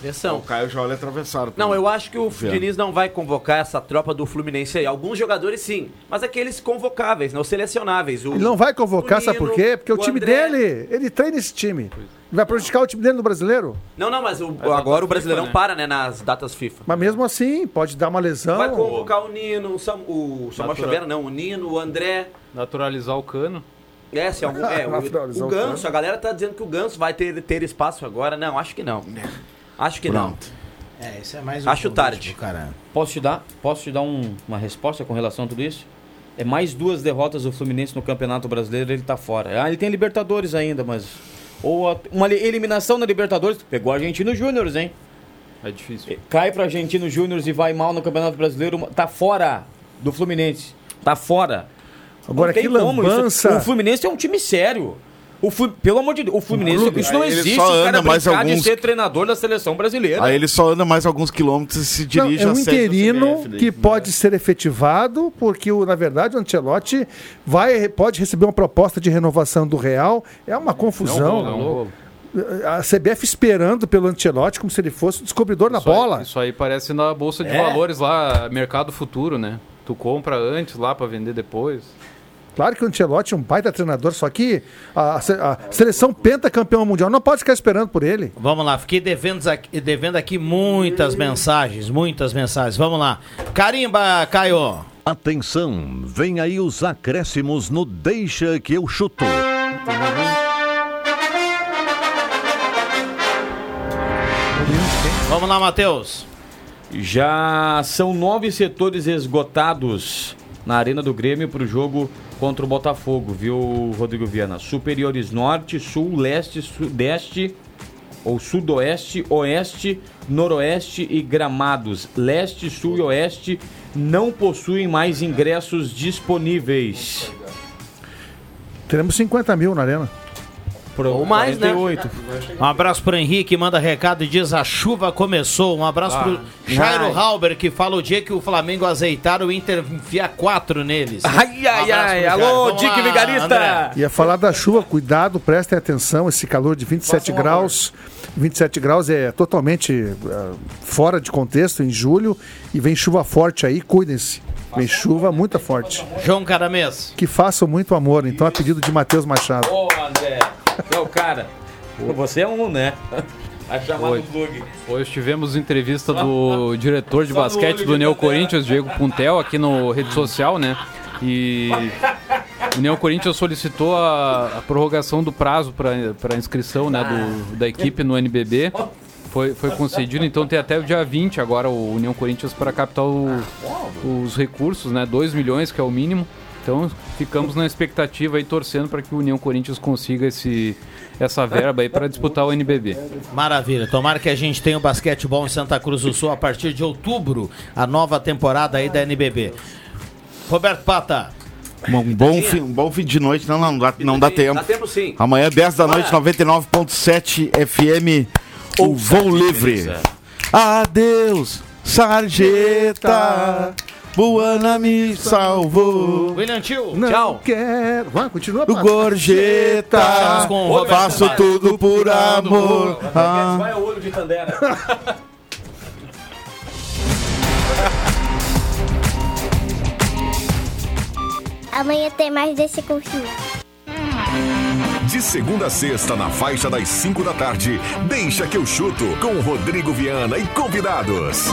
Pressão. O Caio já olha atravessado. Não, eu acho que o Vendo. Diniz não vai convocar essa tropa do Fluminense aí. Alguns jogadores sim, mas aqueles convocáveis, não selecionáveis. O- Ele não vai convocar, sabe por Nino, quê? Porque o, o time André. dele, ele treina esse time. Vai prejudicar o time dele no brasileiro? Não, não, É, mas o- tá agora o Brasileirão né? para, né, nas datas FIFA. Mas mesmo assim, pode dar uma lesão. Vai convocar o Nino, o, Sam, o Samuel Natural. Xavier, não, o Nino, o André. Naturalizar o cano. É, se algum, é, o, o Ganso, a galera tá dizendo que o Ganso vai ter, ter espaço agora. Não, acho que não. Acho que É, isso é mais não. Acho convite tarde. do Cara. Posso te dar, posso te dar um- uma resposta com relação a tudo isso? É mais duas derrotas do Fluminense no Campeonato Brasileiro, ele tá fora. Ah, ele tem Libertadores ainda, mas. Ou a- uma li- eliminação na Libertadores, pegou o Argentino Júnior, hein? É difícil. Cai pra Argentino Júnior e vai mal no Campeonato Brasileiro, uma- tá fora do Fluminense. Tá fora. Agora, tem que como, isso- lambança. O Fluminense é um time sério. O Flu- pelo amor de Deus, o Fluminense, clube. isso não Aí ele existe, só o cara anda mais brincar de alguns- ser treinador da seleção brasileira. Aí ele só anda mais alguns quilômetros e se É, né? Não, dirige é um à sede do interino CBF daí. que pode ser efetivado, porque, o- na verdade, o Ancelotti vai, pode receber uma proposta de renovação do Real. É uma confusão. Não, não. A CBF esperando pelo Ancelotti como se ele fosse o descobridor da Isso aí- bola. Isso aí parece na bolsa de É. valores lá, mercado futuro, né? Tu compra antes lá pra vender depois. Claro que o Ancelotti é um baita treinador, só que a, a se- a seleção pentacampeão mundial não pode ficar esperando por ele. Vamos lá, fiquei devendo aqui, devendo aqui muitas mensagens, muitas mensagens. Vamos lá. Carimba, Caio. Atenção, vem aí os acréscimos no Deixa que eu chuto. Vamos lá, Matheus. Já são nove setores esgotados na Arena do Grêmio para o jogo contra o Botafogo, viu, Rodrigo Viana? Superiores Norte, Sul, Leste, Sudeste, ou Sudoeste, Oeste, Noroeste e Gramados. Leste, Sul e Oeste não possuem mais ingressos disponíveis. Teremos 50 mil na arena. Ou mais, né? 48. Um abraço pro Henrique, manda recado e diz a chuva começou. Um abraço Ah. pro Jairo Ai. Halber, que fala o dia que o Flamengo azeitar, o Inter enfia quatro neles. Ai, ai, ai. Alô, Dick Vigarista. Ia é falar da chuva, cuidado, prestem atenção, esse calor de 27 graus. 27 graus é totalmente ah, fora de contexto em julho e vem chuva forte aí, cuidem-se. Vem chuva muito forte. João Caramês. Que façam muito amor, então a pedido de Matheus Machado. Ô, André, é o cara. Você é um, né? A chamada do plug. Hoje tivemos entrevista do diretor de Só no basquete olho do de Neo Tandera. Corinthians, Diego Puntel, aqui no rede social, né? E o Neo Corinthians solicitou a, a prorrogação do prazo para pra inscrição né, do- da equipe no NBB. Foi, foi concedido, então tem até o dia 20 agora o União Corinthians para captar o- os recursos, né? 2 milhões, que é o mínimo. Então ficamos na expectativa e torcendo para que o União Corinthians consiga esse, essa verba aí para disputar o NBB. Maravilha. Tomara que a gente tenha o basquetebol em Santa Cruz do Sul a partir de outubro, a nova temporada aí da NBB. Roberto Pata. Um bom, fim, um bom fim de noite. Não, não, não dá, não dá tempo. Dá tempo sim. Amanhã, 10 da noite, 99.7 FM. O voo livre. Adeus, sarjeta. Buana me salvou. William Tio. Não Tchau. quero. Vai, continua. O Pato. gorjeta. Vamos com o Roberto Faço Baio. tudo por amor. Ah. Vai ao olho de Tandera. Amanhã tem mais desse cursinho. De segunda a sexta, na faixa das 5 da tarde, deixa que eu chuto com Rodrigo Viana e convidados.